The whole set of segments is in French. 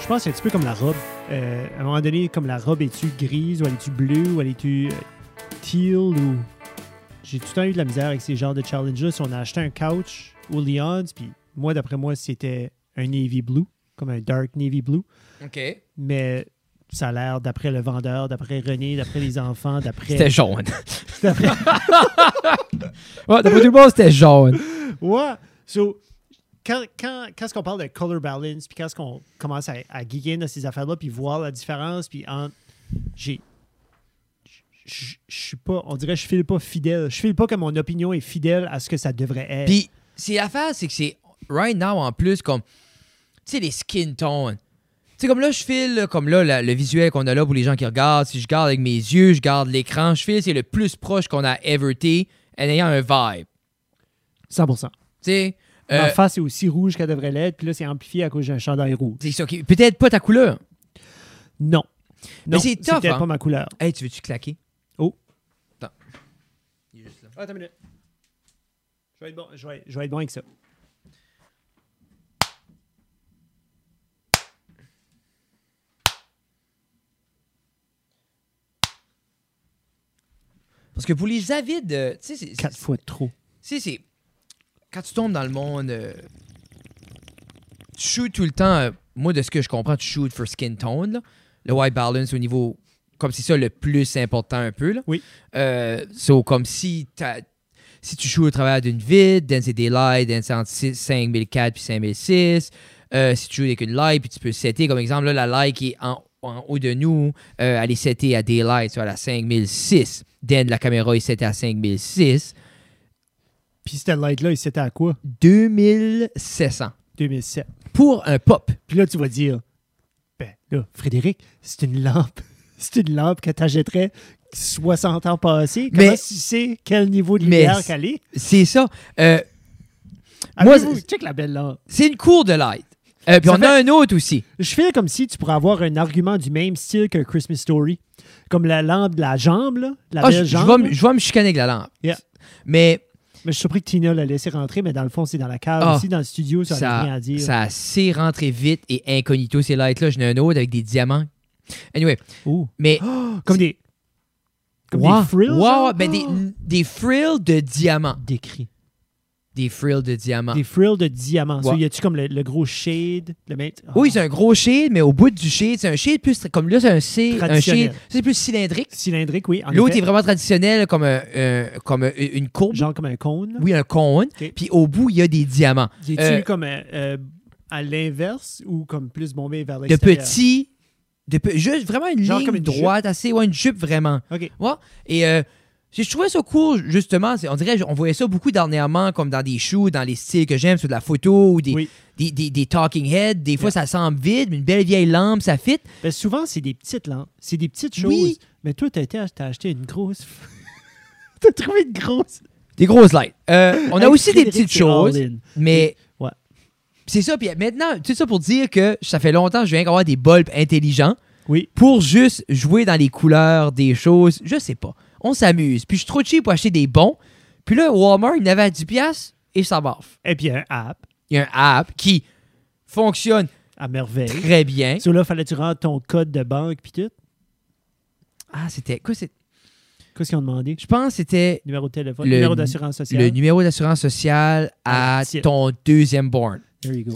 Je pense que c'est un petit peu comme la robe. Euh, à un moment donné, comme la robe, est tu grise ou elle est-tu bleue ou elle est-tu euh, teal ou. J'ai tout le temps eu de la misère avec ces genres de challenges-là. Si on a acheté un couch au Leon's, puis moi, d'après moi, c'était un navy blue, comme un dark navy blue. OK. Mais ça a l'air, d'après le vendeur, d'après René, d'après les enfants, C'était d'après. jaune. d'après- ouais, d'après tout le monde, c'était jaune. Ouais. So, quand, quand, quand est-ce qu'on parle de color balance, puis quand est-ce qu'on commence à, à geek in dans ces affaires-là, puis voir la différence, puis en. J'ai. Je je suis pas. On dirait que je file pas fidèle. Je file pas que mon opinion est fidèle à ce que ça devrait être. Puis- Puis, c'est l'affaire, c'est que c'est right now en plus, comme, tu sais, les skin tones. Tu sais, comme là, je file, là, comme là, la- le visuel qu'on a là pour les gens qui regardent, si je garde avec mes yeux, je garde l'écran, je file, c'est le plus proche qu'on a ever été en ayant un vibe. 100%. Tu sais, Ma euh, face est aussi rouge qu'elle devrait l'être, puis là, c'est amplifié à cause d'un chandail rouge. c'est ça qui- peut-être pas ta couleur. Non. Mais Non, c'est tough, peut-être hein? pas ma couleur. Hey, tu veux-tu claquer? Oh. Attends. Attends une minute. Je vais être bon, je vais, je vais être bon avec ça. Parce que pour les avides, euh, tu sais, c'est- Quatre fois de trop. Tu sais, c'est. Quand tu tombes dans le monde. euh, tu shoots tout le temps. euh, moi, de ce que je comprends, tu shoots for skin tone. là. Le white balance au niveau. Comme c'est ça le plus important un peu. Là. Oui. Euh, so, comme si t'as- Si tu shoots au travers d'une vide, density light, density entre six- 5004 puis 5006. euh, si tu joues avec une light, puis tu peux setter, comme exemple, là, la light qui est en, en haut de nous, euh, elle est setée à daylight, soit à la 5006. Then, la caméra est setée à 5006. Puis cette light-là, c'était à quoi? 2600 2007. pour un pop. Puis là, tu vas dire, ben là, Frédéric, c'est une lampe. C'est une lampe que t'achèterais 60 ans passés. Comment Mais- tu sais quel niveau de Mais- lumière qu'elle est? C'est ça. Euh, Moi, Moi, check la belle lampe. c'est une cour de light. Euh, puis Ça on a un autre aussi. Je fais comme si tu pourrais avoir un argument du même style que Christmas Story. Comme la lampe de la jambe, là. de La Ah, je, belle je jambe. vais, là. me- je vais me chicaner avec la lampe. Yeah. Mais Mais je suis surpris que Tina l'a laissé rentrer, mais dans le fond, c'est dans la cave. Ah, aussi, dans le studio, ça n'a rien ça, à dire. ça a assez rentré vite et incognito ces lights-là. J'en ai un autre avec des diamants. Anyway, Oh. mais. Comme des. Comme Wow. des frills. Wow, genre? Ah. ben des, des frills de diamants. Des cris. Des frills de diamants. Des frills de diamants. Ouais. So, y a-tu comme le, le gros shade? Le main- Ah. Oui, c'est un gros shade, mais au bout du shade, c'est un shade plus. Comme là, c'est un, C- un Traditionnel. shade. ça, C'est plus cylindrique. Cylindrique, oui. en L'autre effet. est vraiment traditionnel, comme, un- un- comme un- une courbe. Genre comme un cône. là. Oui, un cône. Ok. Puis au bout, il y a des diamants. Y a-tu Euh, comme euh, euh, à l'inverse ou comme plus bombé vers De l'extérieur? petits. De pe- Juste vraiment une Genre ligne comme une droite assez. Ouais, une jupe vraiment. OK. Ouais. Et euh, j'ai- je trouvais ça cool, justement. C'est- On dirait, on voyait ça beaucoup dernièrement, comme dans des shows, dans les styles que j'aime, sur de la photo ou des, Oui. des, des- des talking heads. Des fois, Yeah. ça semble vide, mais une belle vieille lampe, ça fit. Ben, souvent, c'est des petites lampes. C'est des petites choses. Oui. Mais toi, t'as, été ach- t'as acheté une grosse. t'as trouvé une grosse. Des grosses lights. Euh, on a Hey, aussi des Frédéric, petites c'est choses, all in. mais. Ouais. C'est ça. Puis maintenant, tout ça pour dire que ça fait longtemps que je viens d'avoir des bulbs intelligents. Oui. pour juste jouer dans les couleurs des choses, je sais pas. On s'amuse. Puis je suis trop cheap pour acheter des bons. Puis là, Walmart, il en avait à 10$ piastres et ça barfe. Et puis, un app Il y a un app qui fonctionne à merveille. très bien. So, là, fallait-tu rendre ton code de banque puis tout? Ah, c'était quoi? c'est- Qu'est-ce qu'ils ont demandé? Je pense que c'était Numéro de téléphone, Le- numéro d'assurance sociale. le numéro d'assurance sociale à Ah, tiens. ton deuxième born. There you go.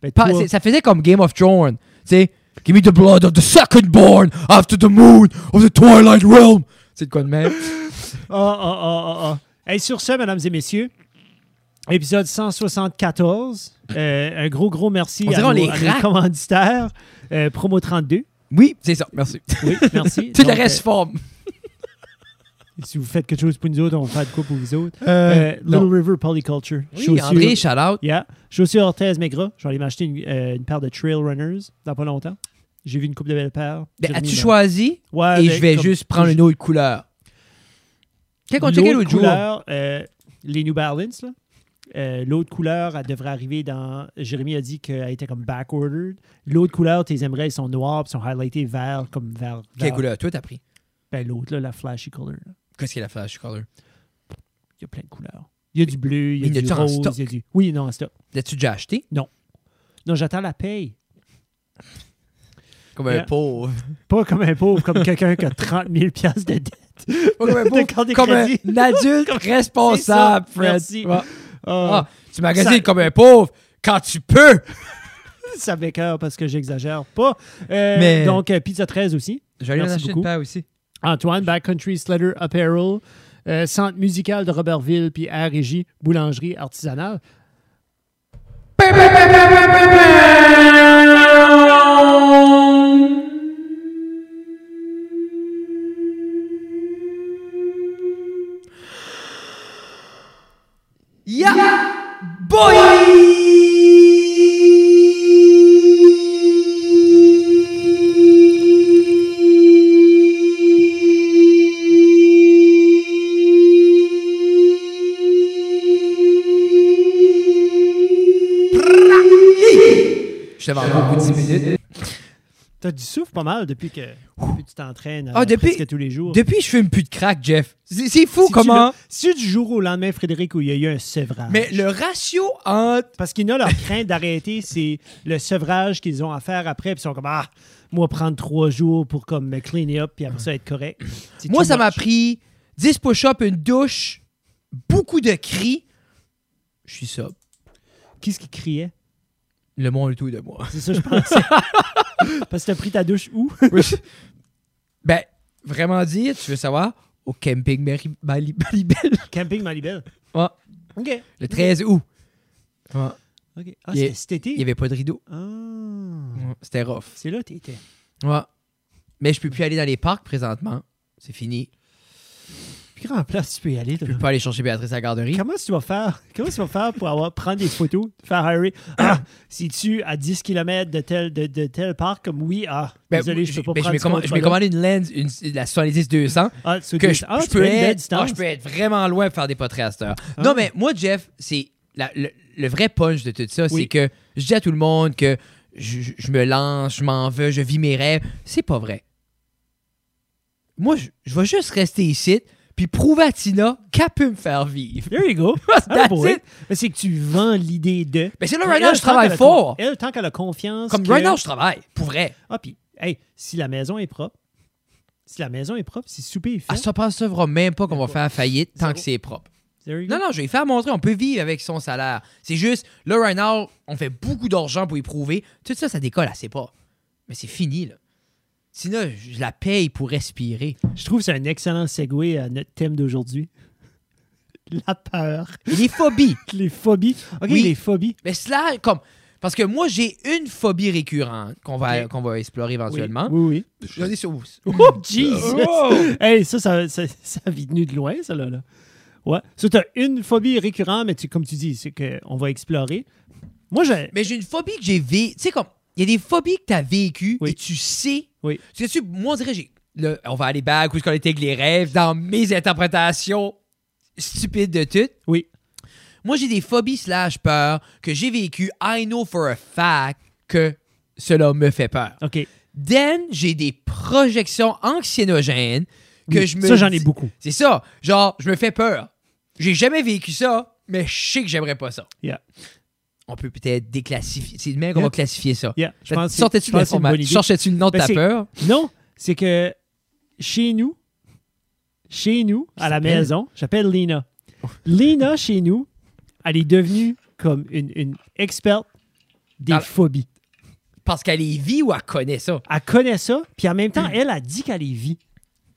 Ben, Pas- toi, c'est- Ça faisait comme Game of Thrones. Tu sais, Give me the blood of the second born after the moon of the twilight realm. C'est de quoi de même? Ah, ah, ah, ah, ah. Hey, sur ce, mesdames et messieurs, épisode 174. euh, un gros, gros merci à, On dirait nos, on les à nos racle. commanditaires. euh, promo 32. Oui, c'est ça. Merci. Oui, merci. Tout le Donc, reste forme. euh, si vous faites quelque chose pour nous autres, on va faire de quoi pour vous autres. Euh, Euh, non. Little River Polyculture. Oui, Chaussures- André, shout out. Yeah. Chaussures Orthez Maigra. Je vais aller m'acheter une, euh, une paire de Trail Runners dans pas longtemps. J'ai vu une coupe de belles paires. Ben, J'ai As-tu remis ma- choisi Ouais, et ben, je vais comme- juste prendre une autre couleur? Quand on checkait l'autre jour, couleur, euh, les New Balance, là. Euh, l'autre couleur, elle devrait arriver dans. Jérémy a dit qu'elle était comme backordered. L'autre couleur, tes aimerais, ils sont noirs, puis sont highlightés vert, comme vert. quelle vert. couleur toi t'as pris? Ben, l'autre, là, la flashy color. là. Qu'est-ce qu'il a fait flash color? Il y a plein de couleurs. Il y a du bleu, il Mais y a il y du a-tu en rose, stock? il y a du. Oui, non, en stock. L'as-tu déjà acheté? Non, j'attends la paye. Comme Yeah. un pauvre. Pas comme un pauvre, comme quelqu'un qui a 30 000 piastres de dette. Pas comme un de pauvre. carte de Comme un crédit. adulte responsable, C'est ça. Fred. Merci. Ouais. Ah, Ah, tu magasines Ça- comme un pauvre quand tu peux. Ça m'écoeure parce que j'exagère pas. Euh, Mais- Donc, euh, Pizza 13 aussi. J'allais Merci beaucoup. paire aussi. Antoine, Backcountry Slater Apparel, euh, Centre musical de Robertville, puis RJ, Boulangerie artisanale. Yeah! Boy! Je t'avais encore au bout de 10 minutes. T'as du souffle pas mal depuis que, depuis que tu t'entraînes euh, Ah, depuis- presque tous les jours. Depuis, je fume plus de crack, Jeff. C'est c'est fou Si tu comment. le- Si du jour au lendemain, Frédéric, où il y a eu un sevrage. Mais le ratio entre. Parce qu'il y en a leur crainte d'arrêter, c'est le sevrage qu'ils ont à faire après. Puis ils sont comme, ah, moi, prendre trois jours pour comme me clean up, puis après ça, être correct. C'est Moi, too ça m'a much. pris 10 push-ups, une douche, beaucoup de cris. Je suis sobre. Qu'est-ce qui criait? Le monde autour de moi. C'est ça, je pensais. Parce que t'as pris ta douche où? ben, vraiment dire, tu veux savoir, au camping Mary- Bali- Balibel, Camping Malibel. Ouais. OK. le 13 août. Ouais. OK. Ah, Il y a- c'était cet été? Il n'y avait pas de rideau. Ah. Ouais, C'était rough. C'est là que t'étais. Ouais. Mais je peux plus aller dans les parcs présentement. C'est fini. Puis grand place, tu peux y aller. Je toi. peux pas aller chercher Béatrice à la garderie. Comment tu vas faire? Comment tu vas faire pour avoir prendre des photos, faire Harry? Ah, si tu à 10 km de tel, de, de tel parc, comme oui, ah, Ben, désolé, je j'ai- peux pas ben, je prendre me ce commande- je me contrat-là. commande une lens, une, la 70-200. Ah, tu que veux- je, ah, je tu peux veux une belle être, ah, distance. je peux être vraiment loin pour faire des podcasts à cette heure. Ah. Non, mais moi, Jeff, c'est la- le, le vrai punch de tout ça, Oui. c'est que je dis à tout le monde que je, je- je me lance, je m'en veux, je vis mes rêves. C'est pas vrai. Moi, je, je vais juste rester ici puis prouver à Tina qu'elle peut me faire vivre. There you go. Ah, That's pour it. vrai. Mais C'est que tu vends l'idée de. Mais c'est là, right Elle, now, je tant qu'elle travaille a fort. con- Elle, tant qu'elle a confiance. Comme que- right now, je travaille. Pour vrai. Ah, puis, hey, si la maison est propre, si la maison est propre, si le souper est fait. Elle se percevra même pas qu'on va Zéro. faire faillite tant Zéro. que c'est propre. there you go. Non, non, je vais lui faire montrer, on peut vivre avec son salaire. C'est juste, là, right now, on fait beaucoup d'argent pour y prouver. Tout ça, ça décolle, elle sait pas. Mais c'est fini, là. Sinon, je la paye pour respirer. Je trouve que c'est un excellent segue à notre thème d'aujourd'hui. La peur. Les phobies. Les phobies. OK, Oui. les phobies. Mais cela, comme. Parce que moi, j'ai une phobie récurrente qu'on va, Ok. qu'on va explorer Oui, éventuellement. oui, oui. J'en ai sur Oh, Jesus! hey, ça, ça, ça, ça vit venu de loin, ça, là. là. Ouais. Ça, t'as une phobie récurrente, mais tu, comme tu dis, c'est qu'on va explorer. Moi, j'ai... Mais j'ai une phobie que j'ai vécue. Tu sais, comme, il y a des phobies que tu as vécues Oui. et tu sais. Oui. Tu sais, tu- moi, on dirait, j'ai. le- on va aller back où est-ce qu'on était avec les rêves dans mes interprétations stupides de tout. Oui. Moi, j'ai des phobies slash peurs que j'ai vécues. I know for a fact que cela me fait peur. OK. Then, j'ai des projections anxiénogènes que Oui. je me. Ça, j'en ai dis- beaucoup. C'est ça. Genre, je me fais peur. J'ai jamais vécu ça, mais je sais que j'aimerais pas ça. Yeah. On peut peut-être déclassifier. C'est le même qu'on Yeah. va classifier ça. Yeah. Je pense que- je Sortais-tu de pense que c'est une bonne l'information? idée. Cherchais-tu le nom de Ben, ta c'est- peur? Non, c'est que chez nous, chez nous, à la J'appelle- maison, j'appelle Lina. Lina, chez nous, elle est devenue comme une, une experte des Dans la- phobies. Parce qu'elle est vie ou elle connaît ça? Elle connaît ça, puis en même temps, elle a dit qu'elle les vit.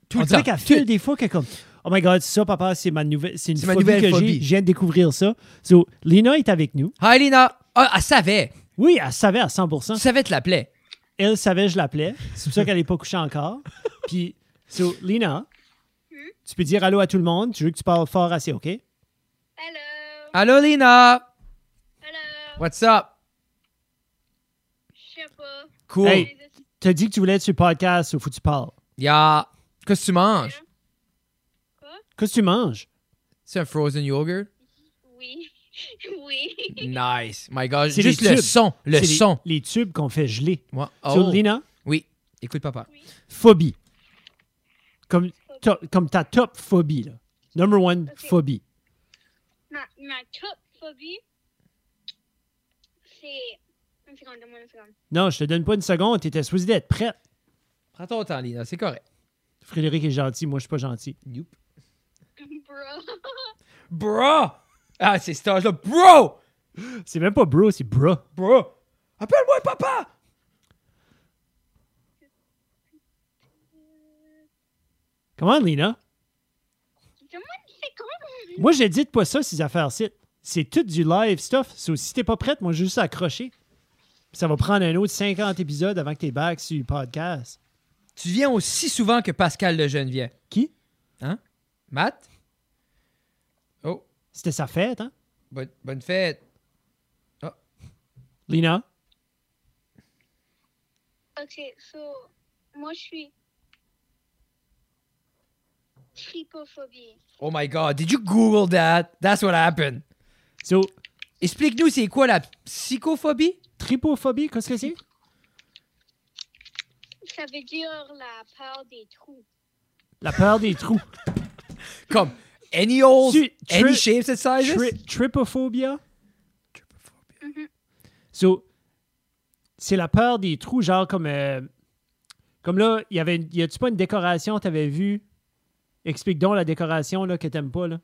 Tout On le dirait temps. qu'elle file Tout- des fois qu'elle est comme Oh my god, ça, papa, c'est ma nouvelle. C'est une C'est ma phobie nouvelle que phobie. j'ai. Je viens de découvrir ça. So, Lina est avec nous. Hi, Lina! Ah, elle savait. Oui, elle savait à Tu 100%. savais te l'appeler. Elle savait que je l'appelais. C'est pour ça qu'elle n'est pas couchée encore. Puis, so, Lina, tu peux dire allô à tout le monde. Tu veux que tu parles fort assez, OK? Hello. Allô, Lina! Hello. What's up? Je sais pas. Cool. Hey. T'as dit que tu voulais être sur le podcast, so faut que tu parles. Y'a. Qu'est-ce que tu manges? Qu'est-ce que tu manges? C'est un frozen yogurt? Oui. Oui. Nice. My gosh. C'est Juste les le tubes. son. Le C'est les- son. Les, tubes qu'on fait geler. Ouais. So, Oh. Lina, Oui. Écoute, papa. phobie. Comme, to- comme ta top phobie, là. Number one Ok. phobie. Ma, ma top phobie, c'est Une seconde, donne-moi une seconde. Non, je te donne pas une seconde. Tu étais supposé d'être prête. Prends ton temps, Lina, c'est correct. Frédéric est gentil. Moi, je suis pas gentil. Nope. Bro. Bro! Ah, c'est cet âge-là. Bro! C'est même pas bro, c'est bra. Bro! Appelle-moi papa! Comment, Lina? Donne-moi une seconde. Moi, je dis pas ça, ces affaires-ci. C'est tout du live stuff. So, si t'es pas prête, moi, j'ai juste à accrocher. Ça va prendre un autre 50 épisodes avant que t'es back sur le podcast. Tu viens aussi souvent que Pascal Lejeune vient. Qui? Hein? Matt? Oh, C'était sa fête, hein? bonne, bonne fête. Lina? Ok, so, moi je suis. Tripophobie. Oh my god, did you Google that? That's what happened. So, Explique-nous, c'est quoi la psychophobie? tripophobie, qu'est-ce que c'est? Ça veut dire la peur des trous. La peur des trous. Comme any old, Tu- any tri- shapes and sizes? Tri- tripophobia? So, c'est la peur des trous, genre comme. euh, comme là, il y avait. une- Y a-tu pas une décoration que t'avais vue? Explique donc la décoration là, que t'aimes pas, là.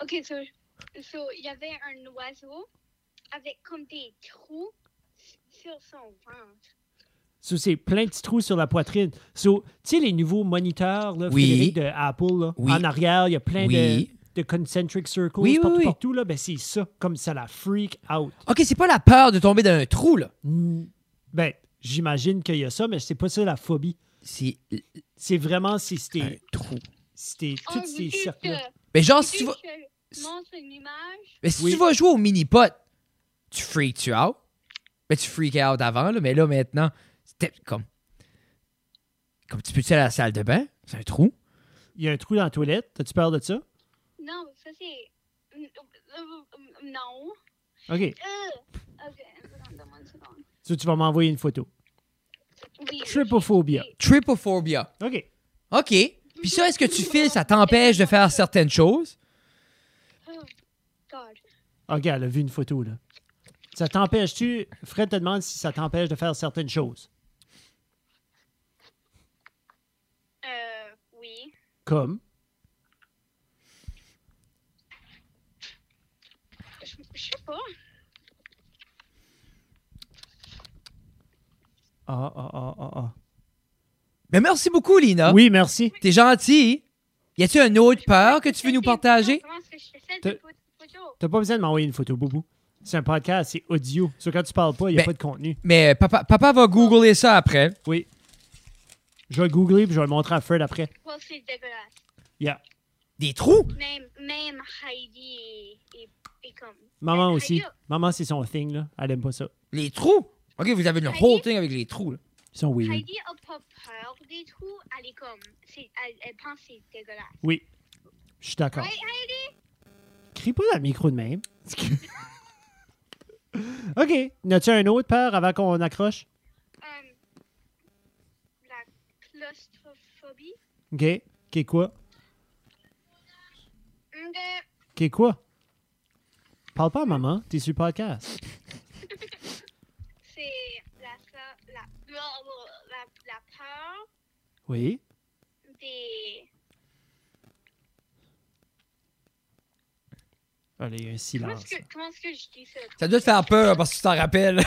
Ok, so, so, il y avait un oiseau avec comme des trous sur son ventre. So, c'est plein de petits trous sur la poitrine. So, tu sais, les nouveaux moniteurs, là, Oui. Frédéric, de Apple, là, Oui. en arrière, il y a plein Oui. de, de concentric circles Oui, oui, partout, oui. partout, là. Ben, c'est ça, comme ça la freak out. Ok, c'est pas la peur de tomber dans un trou, là. Mm. Ben, j'imagine qu'il y a ça, mais c'est pas ça la phobie. C'est l- C'est vraiment si un c'était trou. c'était On toutes veut ces juste, cercles. euh, Mais genre, Oh, si juste tu vas, que je montre une image. mais si Oui. tu vas jouer au mini-pot, tu freak tu out. Mais tu freak out avant, là, mais là, maintenant, c'était comme. Comme tu peux-tu aller à la salle de bain? C'est un trou. Il y a un trou dans la toilette. T'as-tu peur de ça? Non, ça c'est. Mm, euh, euh, Non. OK. Euh, Ok, une seconde, donne-moi une seconde. Ça, tu vas m'envoyer une photo. Oui, Tripophobia. Tripophobia. OK. OK. Puis ça, est-ce que tu files, ça t'empêche de faire certaines choses? Oh, God. OK, elle a vu une photo, là. Ça t'empêche-tu... Fred te demande si ça t'empêche de faire certaines choses. Euh, oui. Comme... Je je sais pas. Ah, ah, ah, ah, ah. Mais merci beaucoup, Lina. Oui, merci. T'es gentil. Y a-tu une autre peur que tu veux nous partager? Comment est-ce que je te fais T'as- des photos- photos? T'as pas besoin de m'envoyer une photo, Boubou. C'est un podcast, c'est audio. So, quand tu parles pas, il n'y a Ben- pas de contenu. Mais papa, papa va googler ça après. Oui. Je vais le googler puis je vais le montrer à Fred après. Well, c'est dégueulasse. Yeah. Des trous? Même, même Heidi est, est- est comme. Maman Euh, aussi. Heidi- Maman, c'est son thing, là. Elle aime pas ça. Les trous? OK, vous avez le whole thing avec les trous. là. Ils sont weird. Heidi a pas peur des trous. Elle est comme. c'est- elle, elle pense que c'est dégueulasse. Oui. Je suis d'accord. Right, Heidi? Crie pas dans le micro de même. OK. N'as-tu un autre peur avant qu'on accroche? Euh, la claustrophobie. OK. Qu'est quoi? Ok. Qu'est quoi? Parle pas à maman. T'es sur le podcast. C'est la, fa- la, la, la peur Oui. des. Allez, il y a un Comment silence. est-ce que, comment est-ce que je dis ça? Ça doit te faire peur parce que tu t'en rappelles.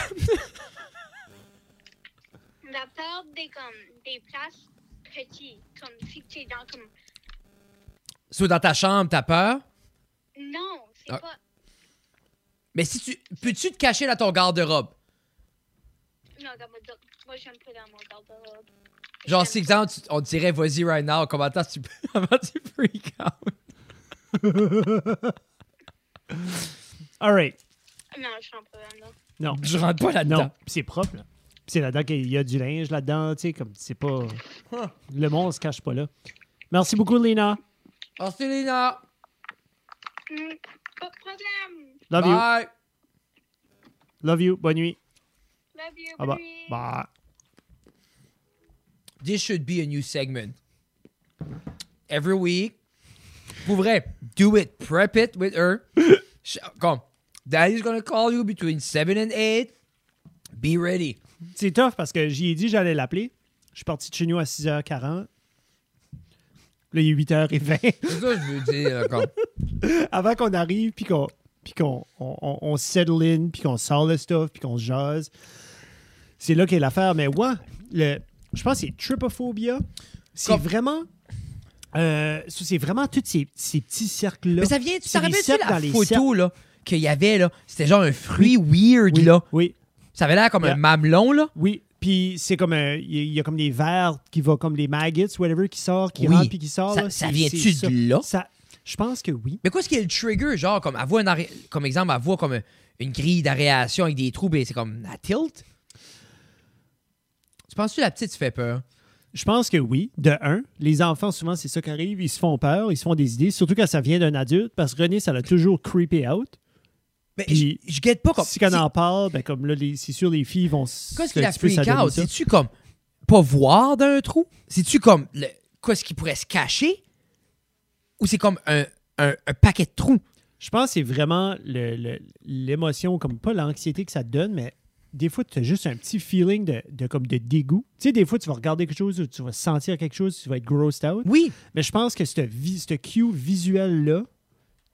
La peur des, comme, des places petites. Comme si tu es dans. Comme, Soit dans ta chambre, t'as peur. non, c'est Ah. pas. Mais si tu. Peux-tu te cacher dans ton garde-robe? Non, regarde, moi, donc, moi j'aime pas dans mon garde-robe. Genre, J'aime si pas. exemple, tu- on dirait vas-y right now, comment attends, tu, comment tu freak out? All right. Non, je suis un problème là. Non. Je rentre pas Non, là-dedans. pis c'est propre. là. Pis c'est là-dedans qu'il y a du linge là-dedans, tu sais, comme c'est pas. Le monde se cache pas là. Merci beaucoup, Lina. Merci, Lina. Hmm, pas de problème. Love Bye. you. Love you. Bonne nuit. Love you. Au revoir. bye. Bye. This should be a new segment. Every week. Pour vrai, do it. Prep it with her. Sh- Come. Daddy's gonna call you between 7 and 8. Be ready. C'est tough parce que j'y ai dit j'allais l'appeler. Je suis parti de chez nous à 6h40. Là, il est 8h20. C'est ça que je veux dire, là, comme. Avant qu'on arrive, puis qu'on puis qu'on on, on- on settle in, puis qu'on sort le stuff, puis qu'on se jase. C'est là qu'est l'affaire. Mais ouais, le, je pense que c'est tripophobia. C'est Comme- vraiment... euh, ça, c'est vraiment tous ces, ces petits cercles-là. Mais ça vient, tu te C'est des rappelles-tu cercles la dans les photo, là, qu'il y avait, là? C'était genre un fruit weird, oui, là. oui, Ça avait l'air comme Yeah. un mamelon, là. oui. Puis c'est comme un- il y a- il y, a comme des vers qui vont comme des maggots, whatever, qui sort, qui Oui. rentrent puis qui sort. Ça- là. ça C'est- vient-tu c'est ça. de là? Ça- je pense que oui. Mais quoi, ce qui est le trigger, genre, comme, elle voit un arrêt- comme exemple, elle voit comme un- une grille d'aréation avec des trous, ben c'est comme, la tilt? Tu penses-tu la petite, tu fais peur? Je pense que oui. De un, les enfants, souvent, c'est ça qui arrive. Ils se font peur, ils se font des idées, surtout quand ça vient d'un adulte, parce que René, ça l'a toujours creepé out. Mais Puis, je, je guette pas comme. Si qu'on c'est- en parle, ben comme là, les- c'est sûr, les filles vont se. Qu'est-ce qu'il un a petit peu freak out? s'adonner ça. C'est-tu comme pas voir dans un trou? C'est-tu comme le, quoi ce qui pourrait se cacher? Ou c'est comme un, un- un paquet de trous? Je pense que c'est vraiment le- le- l'émotion, comme pas l'anxiété que ça te donne, mais des fois, tu as juste un petit feeling de, de- comme de dégoût. Tu sais, des fois, tu vas regarder quelque chose ou tu vas sentir quelque chose, tu vas être grossed out. Oui. Mais je pense que ce, vi- ce cue visuel-là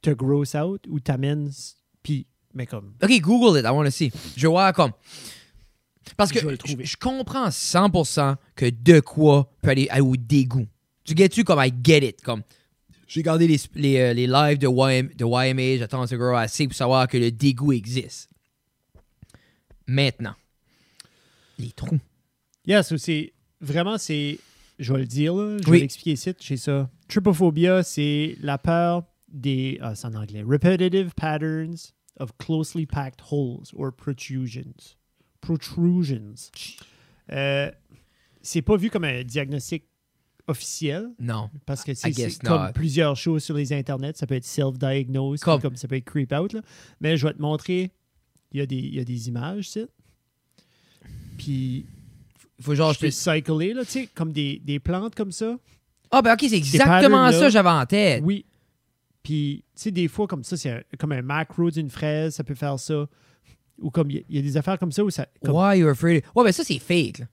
te gross out ou t'amène. Puis, mais comme. OK, Google it. I want to see. Je vais voir comme. Parce que Je vais le je, trouver. je comprends 100% que de quoi peut aller à- au dégoût. Tu guettes-tu comme I get it? Comme. J'ai regardé les, les, euh, les lives de, YM, de YMH, j'attends ce gros assez pour savoir que le dégoût existe. Maintenant, les trous. Yeah, so c'est vraiment, c'est, je vais le dire, là, je Oui. vais l'expliquer ici, j'ai ça. Trypophobia, c'est la peur des, ah, c'est en anglais, repetitive patterns of closely packed holes or protrusions. Protrusions. Euh, c'est pas vu comme un diagnostic officiel Non. parce que I c'est guess c'est comme not. plusieurs choses sur les internets, ça peut être self-diagnose, Comme- comme. comme ça peut être creep out. là. Mais je vais te montrer, il y a des, il y a des images, tu sais. Puis Faut genre. je peux cycler, là, tu sais, comme des, des plantes comme ça. Ah, ben ok, c'est exactement patterns-là. ça que j'avais en tête. Oui. Puis, tu sais, des fois, comme ça, c'est un- comme un macro d'une fraise, ça peut faire ça. Ou comme, il y a- il y, a des affaires comme ça où ça... comme- Why you afraid? Ouais, ben ça, c'est fake. là.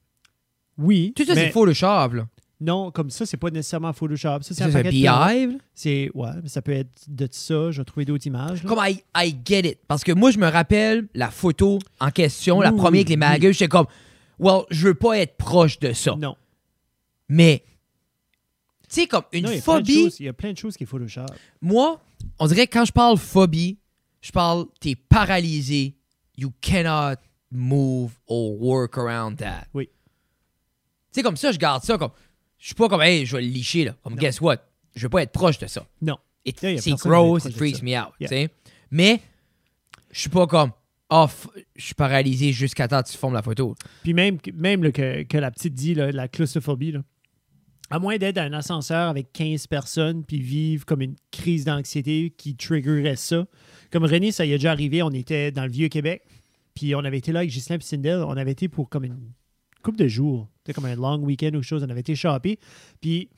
oui, Tout ça, mais c'est Photoshop. Là. Non, comme ça, c'est pas nécessairement Photoshop. Ça, c'est Ça, un c'est un paquet de BI. plantes. là. C'est... Ouais, mais ça peut être de ça. Je vais trouver d'autres images. là. Comme I, I get it. Parce que moi, je me rappelle la photo en question, la Oui, première avec les oui. magues. J'étais comme, well, je veux pas être proche de ça. Non. Mais, tu sais, comme une Non, il y a plein de phobie, choses- Il y a plein de choses qui est Photoshop. moi, on dirait que quand je parle phobie, je parle, t'es paralysé. You cannot move or work around that. Oui. Tu sais, comme ça, je garde ça comme. Je suis pas comme, hey, je vais le licher, là. Comme, Non. guess what? Je veux pas être proche de ça. Non. It- Yeah, y a c'est personne qui veut gross, être it proche de freaks me out. Yeah. tu sais. Mais, je suis pas comme, oh, f- je suis paralysé jusqu'à temps que tu formes la photo. Puis même, même là, que, que la petite dit, là, la claustrophobie, là. à moins d'être dans un ascenseur avec 15 personnes puis vivre comme une crise d'anxiété qui triggerait ça. Comme René, ça y est déjà arrivé, on était dans le Vieux-Québec, puis on avait été là avec Ghislain et Sindel, on avait été pour comme une couple de jours, c'était comme un long week-end ou quelque chose, on avait été shopping, puis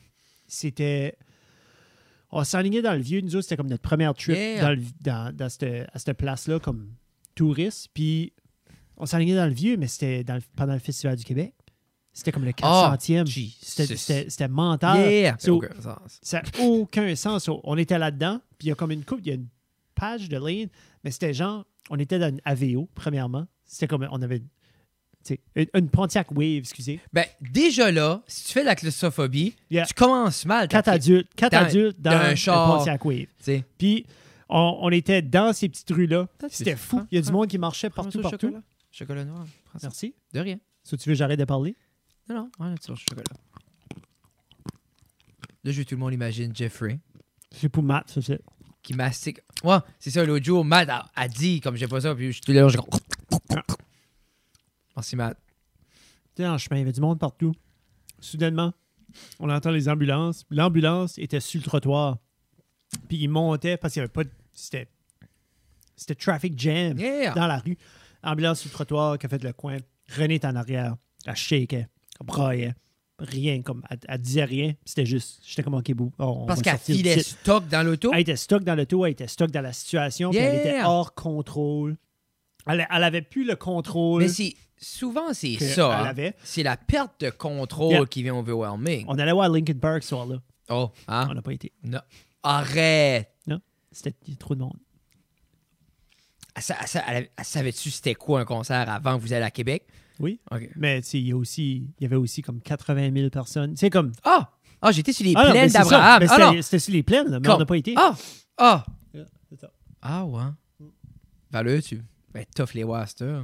c'était... On s'enlignait dans le Vieux, nous autres, c'était comme notre première trip Yeah. dans le- dans- dans cette- à cette place-là comme touristes, puis on s'enlignait dans le vieux, mais c'était dans le- pendant le Festival du Québec. C'était comme le 400e. Ah, Jesus. C'était- c'était c'était mental. Yeah! So, Ça fait aucun sens. Ça n'a aucun sens. So, on était là-dedans, puis il y a comme une coupe, il y a une page de ligne, mais c'était genre, on était dans une AVO, premièrement. C'était comme, on avait, tu sais, une, une Pontiac Wave, excusez. Ben, déjà là, si tu fais de la claustrophobie, Yeah. tu commences mal. ta Quatre trip, adultes, quatre Dans- adultes dans, dans un une char. Pontiac Wave. tu sais. Puis on, on était dans ces petites rues-là. Peut-être que C'était c'est- fou. prends- Il y a du prends- monde qui marchait Prends partout, ça au partout. Chocolat. Chocolat noir. Prends ça. Merci. De rien. Si tu veux, j'arrête de parler. Non, non, un petit morceau de chocolat. Là, je veux que tout le monde imagine Jeffrey C'est pour Matt, ça, c'est. qui mastique. Ouais, c'est ça, l'autre jour, Matt a, a dit, comme j'ai pas ça, puis je suis tout le long, je comme- Ah. Merci, Matt. Tu sais, en chemin, il y avait du monde partout. Soudainement, on entend les ambulances. L'ambulance était sur le trottoir. Puis il montait parce qu'il n'y avait pas de. C'était. C'était traffic jam Yeah! dans la rue. Ambulance sur le trottoir qui a fait le coin. René est en arrière. Elle shakait. Elle braillait. Rien comme. Elle, elle disait rien. C'était juste. J'étais comme OK, boo. on- on Parce va qu'elle sortir filait d'ici. stock dans l'auto. Elle était stock dans le tour, elle était stock dans la situation, puis elle Yeah! était hors contrôle. Elle, elle avait plus le contrôle. Mais c'est- souvent, c'est Que ça. elle hein. avait. C'est la perte de contrôle Yeah. qui vient overwhelming. On allait voir Linkin Park ce soir-là. Oh, hein? On n'a pas été. Non. Arrête! Non, c'était il y a trop de monde. Elle, sa- elle sa- elle- elle savait-tu c'était quoi un concert avant que vous allez à Québec? Oui. OK. Mais tu sais, il y, a aussi- il y avait aussi comme 80 000 personnes. C'est comme. Ah! Ah, j'étais sur les Ah non, mais plaines c'est ça. d'Abraham. Mais Ah c'était- non! C'était sur les plaines, là, mais on n'a pas été. Ah! Ah! Yeah, c'est ça. Ah, ouais. Valeux, tu vas être tough les Wasters.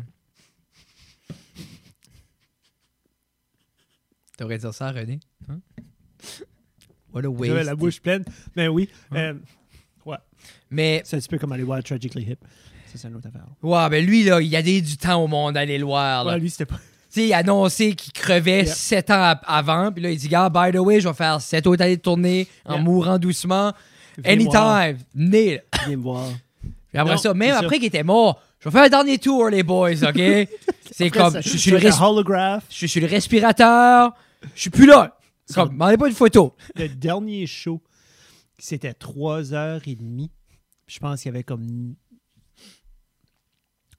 T'aurais dit ça, René? Hein? What a J'avais waste. la bouche pleine. Mais oui. euh, ouais. Mais, C'est un petit peu comme aller voir Tragically Hip. Ça, c'est une autre affaire. ouais, ben lui, là, il a donné du temps au monde à aller le voir. là. Ouais, lui, c'était pas. Tu sais, il a annoncé qu'il crevait Yeah. sept ans a- avant. Puis là, il dit, gars, by the way, je vais faire sept autres années de tournée en Yeah. mourant doucement. Venez me voir. Anytime. Venez. là. Viens me voir. Puis après Non, ça, même c'est ça. après qu'il était mort, je vais faire un dernier tour, les boys, OK? C'est comme, Après, je ça- je suis le ça, res- le holograph. je suis sur le respirateur, je suis plus là. C'est comme, m'en ai pas une photo. Le dernier show, c'était 3h30. Je pense qu'il y avait comme.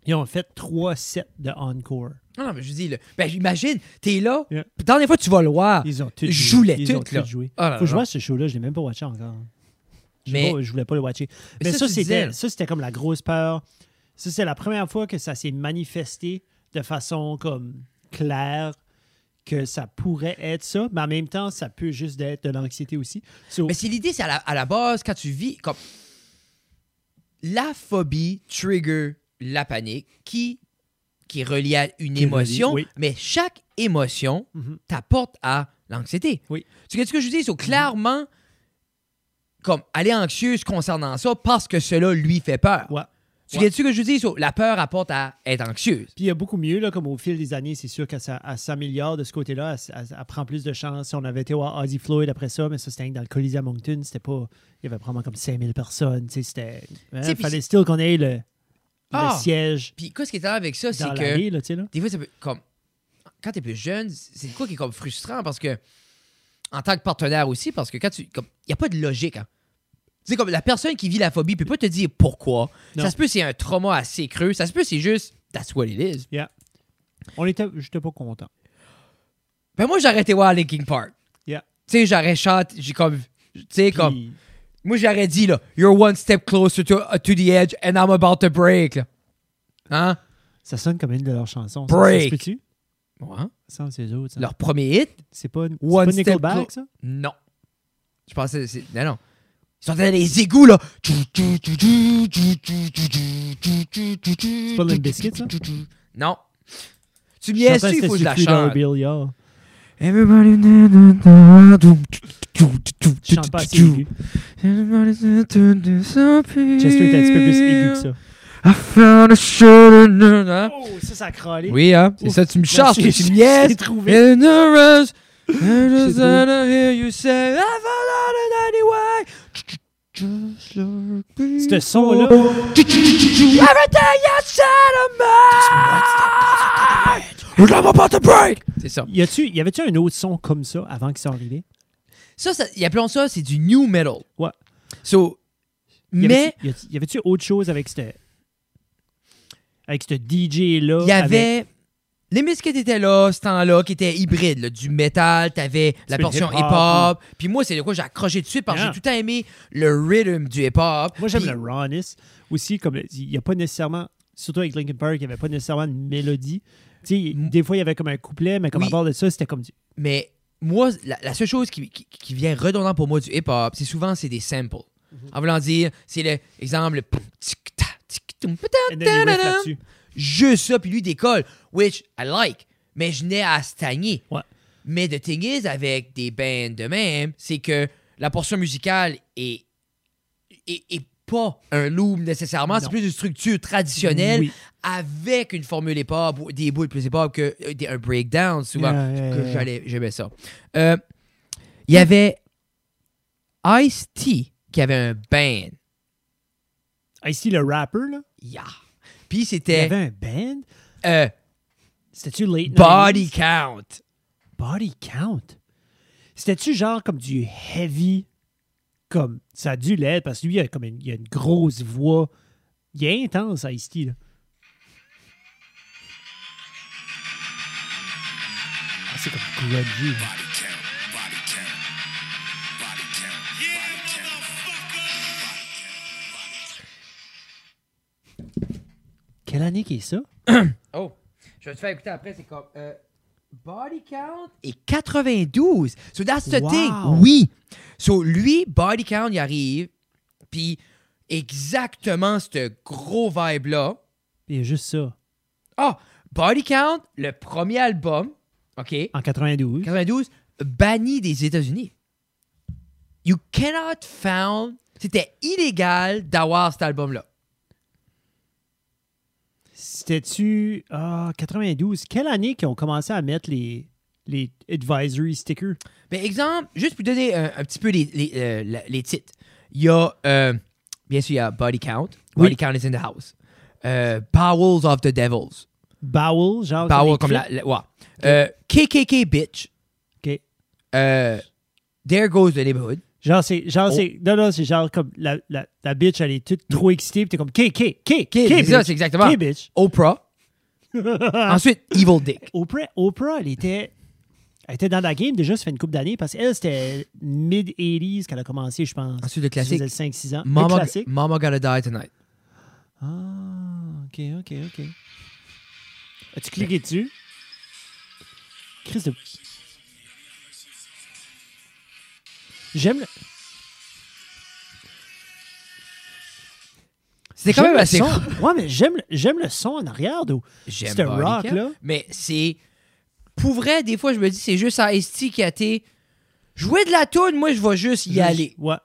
Ils ont fait 3 sets de encore. Non, non, mais je dis, là, ben j'imagine, t'es là, Yeah. puis dernière fois tu vas le voir. Ils ont tout Ah, Je jouais Ils tout, ont là. joué. Ah, là, Faut que je là. vois ce show-là, je l'ai même pas watché encore. Je Mais- sais pas, je voulais pas le watcher. Mais Mais, ça, ça, tu disais, c'était, là. ça, c'était comme la grosse peur. Ça, c'est la première fois que ça s'est manifesté de façon comme claire que ça pourrait être ça, mais en même temps, ça peut juste être de l'anxiété aussi. So, Mais c'est l'idée, c'est à la, à la base, quand tu vis comme. La phobie trigger la panique qui, qui est reliée à une Qui est reliée, émotion, oui. mais chaque émotion Mhm. t'apporte à l'anxiété. Oui. Tu sais ce que je veux dire? C'est clairement, comme, elle est anxieuse concernant ça parce que cela lui fait peur. ouais. Tu Ouais. sais ce que je veux dire? So, la peur apporte à être anxieuse. Puis il y a beaucoup mieux, là, comme au fil des années, c'est sûr qu'elle s'a- elle s'améliore de ce côté-là, elle, s- elle- elle prend plus de chance. Si on avait été voir Ozzy Floyd après ça, mais ça, c'était dans le Colisée à Moncton, c'était pas. Il y avait probablement comme 5000 personnes, tu sais, c'était. hein, sais, puis fallait still qu'on ait le, le Ah! siège Puis, qu'est-ce qui est étonnant avec ça, c'est dans que. l'allée, là, tu sais, là. des fois, ça peut, comme, quand t'es plus jeune, c'est quoi qui est comme frustrant parce que, en tant que partenaire aussi, parce que quand tu, comme, y a pas de logique, hein. Tu sais, comme la personne qui vit la phobie peut pas te dire pourquoi. Non. Ça se peut, c'est un trauma assez creux. Ça se peut, c'est juste, that's what it is. Yeah. On était. J'étais pas content. Ben, moi, j'aurais été voir Linkin Park. Yeah. Tu sais, j'aurais chanté, j'ai comme, tu sais, Puis, comme, moi, j'aurais dit, là, you're one step closer to, to the edge and I'm about to break, là. Hein? Ça sonne comme une de leurs chansons. Break. Ça, ça se peut-tu? Ouais. Ça, c'est les autres, ça. Leur premier hit, C'est pas, une- c'est One pas step Nickelback, clo- ça? Non. Je pensais. que c'est- Non, non. Ils sont dans les égouts, là. C'est pas Limp Bizkit, ça? Non. Tu m'y es J'entends, il c'était faut que je sur la Free Dollar chante. Bill, yeah. Everybody na- na- na- dum- tu- tu- tu- tu- Je tu- chante pas tu- assez tu- aigu. Everybody's na- na- na- something. Chester était un petit peu plus aigu que ça. I found a shoulder, na- na- Oh, ça, ça a crâlé. Oui, hein. C'est Ouf. ça, tu me charges, J'ai- tu m'y j'ai trouvé. In the rush, I C'est just drôle. wanna hear you say, I found out it anyway. Just like Ce before. son-là. Everything you said of me. I'm about to break. C'est ça. Y, a-tu- y avait-tu un autre son comme ça avant qu'ils soient arrivés? Ça, ça, ils appellent ça, c'est du new metal. Ouais. So, Y mais avait-tu- y a-tu- Y avait-tu autre chose avec ce. Avec ce DJ-là? il y avec- avait. Les Misfits étaient là, ce temps-là, qui était hybride, là, du métal, t'avais la peu de portion hip-hop, hip-hop. Puis moi, c'est de quoi j'ai accroché tout de suite parce que Ah. j'ai tout le temps aimé le rhythm du hip-hop. Moi, j'aime Puis- le rawness. Aussi, comme il n'y a pas nécessairement. Surtout avec Linkin Park, il n'y avait pas nécessairement une mélodie. Tu sais, Mm. des fois, il y avait comme un couplet, mais comme Oui. à part de ça, c'était comme du. Mais moi, la, la seule chose qui, qui- qui vient redondant pour moi du hip-hop, c'est souvent c'est des samples. Mhm. En voulant dire, c'est le exemple, le tic-ta, tic-toum, ta-ta, And then you riff ta-da. là-dessus. juste ça, puis lui décolle, which I like, mais je n'ai à stagner. Ouais. Mais the thing is, avec des bands de même, c'est que la portion musicale est, est, est pas un loop nécessairement, c'est Non. plus une structure traditionnelle Oui. avec une formule hip-hop, ou des bouts plus hip-hop que euh, des- un breakdown souvent. Yeah, yeah, que yeah. j'allais- J'aimais ça. Euh, Il y avait Ice-T qui avait un band. Ah, ici, le rapper, là. Yeah. Puis Il y c'était avait un band. euh, C'était-tu late? 90s? Body Count. Body Count. C'était-tu genre comme du heavy, comme ça a dû l'être parce que lui, il a, comme une, il a une grosse voix. Il est intense, Ice-T. là. Ah, C'est comme grungy. Quelle année qui est ça? Oh, je vais te faire écouter après, c'est comme euh, Body Count et 92. So that's the Wow. thing. Oui. So lui, Body Count, il arrive, puis exactement ce gros vibe-là. Il y a juste ça. Ah, Body Count, le premier album, OK, En 92. 92, banni des États-Unis. You cannot found. C'était illégal d'avoir cet album-là. C'était-tu. Ah, 92. Quelle année qu'ils ont commencé à mettre les, les advisory stickers? Ben, exemple, juste pour donner un, un petit peu les, les, euh, la- les titres. Il y a, euh, bien sûr, il y a Body Count. Oui. Body Count is in the house. Euh, Powers of the Devils. Bowel, genre. Powell les comme la. clips? la- ouais. Euh, KKK Bitch. Ok. Euh, There Goes the Neighborhood. Genre, c'est. Genre, Oh. c'est. Non, non, c'est genre comme la, la, la bitch, elle est toute trop excitée, pis t'es comme K, K, K, K, c'est ça, bitch. c'est exactement. K, bitch. Oprah. Ensuite, Evil Dick. Oprah, Oprah, elle était. Elle était dans la game déjà, ça fait une couple d'années, parce qu'elle, c'était mid-80s qu'elle a commencé, je pense. Ensuite, le Ça faisait classique. 5-6 ans. Le Mama, classique. Mama Gotta Die Tonight. Ah, ok, ok, ok. As-tu cliqué dessus? Chris de. J'aime le. C'était quand j'aime même le assez. son. Ouais, mais j'aime le- j'aime le son en arrière, d'où. J'aime C'était Body rock, Count, là. Mais c'est. Pour vrai, des fois, je me dis, c'est juste à ST qui a été. Jouer de la toune, moi, je vais juste y aller. Ouais.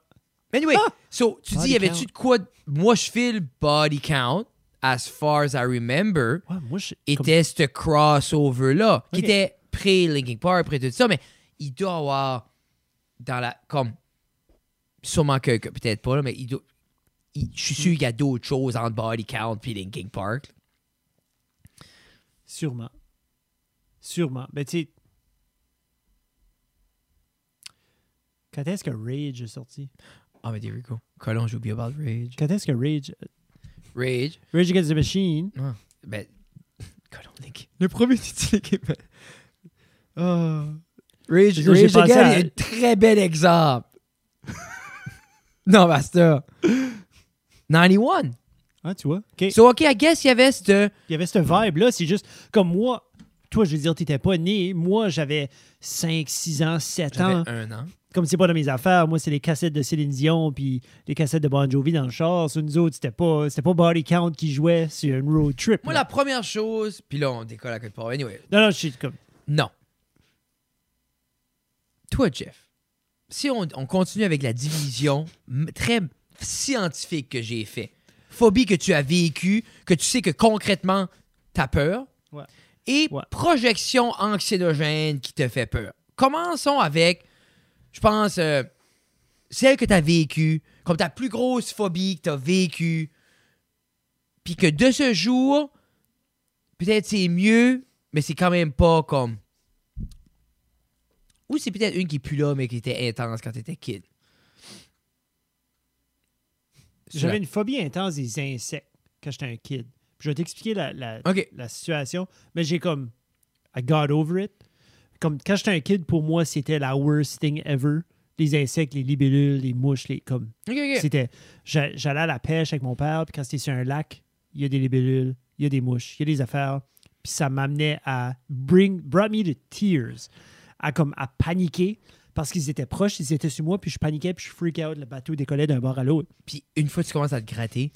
Mais anyway, so, tu dis, Body y avait-tu Count. de quoi. de- Moi, je file Body Count, as far as I remember, Ouais, moi, je. comme- était ce crossover-là, qui Ok. était pré-Linking Park, pré tout ça, mais il doit avoir dans la. Comme. Sûrement que, que peut-être pas, là, mais il doit. il- je suis sûr qu'il y a d'autres choses entre Body Count puis Linking Park. Sûrement. Sûrement. Ben, tu sais. Quand est-ce que Rage est sorti? Ah, mais there we go. Colon, j'ai oublié about Rage. Quand est-ce que Rage. euh, Rage. Rage Against the Machine. Ah. Ben. Colon, Link. Le premier titre Link. Oh. Rage, J'ai Rage pensé Again à- est un très bel exemple. non, basta. 91. Ah, tu vois? Ok. So, OK, I guess il y avait ce. Il y avait ce vibe-là. C'est juste comme moi. Toi, je veux dire, t'étais pas né. Moi, j'avais 5, 6 ans, 7 ans. un an. Comme c'est pas dans mes affaires, moi, c'est les cassettes de Céline Dion puis les cassettes de Bon Jovi dans le char. Sur nous autres, c'était pas, c'était pas Body Count qui jouait sur une road trip. Moi, là. la première chose. Puis là, on décolle à quelque part. Anyway. Non, non, je suis comme. Non. Toi, Jeff, si on, on continue avec la division m- très scientifique que j'ai fait, phobie que tu as vécue, que tu sais que concrètement, t'as peur, Ouais. et Ouais. projection anxiogène qui te fait peur. Commençons avec, je pense, euh, celle que t'as vécue, comme ta plus grosse phobie que t'as vécue, puis que de ce jour, peut-être c'est mieux, mais c'est quand même pas comme ou c'est peut-être une qui est plus là, mais qui était intense quand t'étais kid. J'avais une phobie intense des insectes quand j'étais un kid. Puis je vais t'expliquer la, la, Ok. la situation. Mais j'ai comme. I got over it. Comme quand j'étais un kid, pour moi, c'était la worst thing ever. Les insectes, les libellules, les mouches, les. Comme, Ok, ok. C'était, j'a- j'allais à la pêche avec mon père, puis quand c'était sur un lac, il y a des libellules, il y a des mouches, il y a des affaires, puis ça m'amenait à bring, brought me to tears, à comme à paniquer parce qu'ils étaient proches, ils étaient sur moi, puis je paniquais, puis je freak out, le bateau décollait d'un bord à l'autre, Puis une fois que tu commences à te gratter,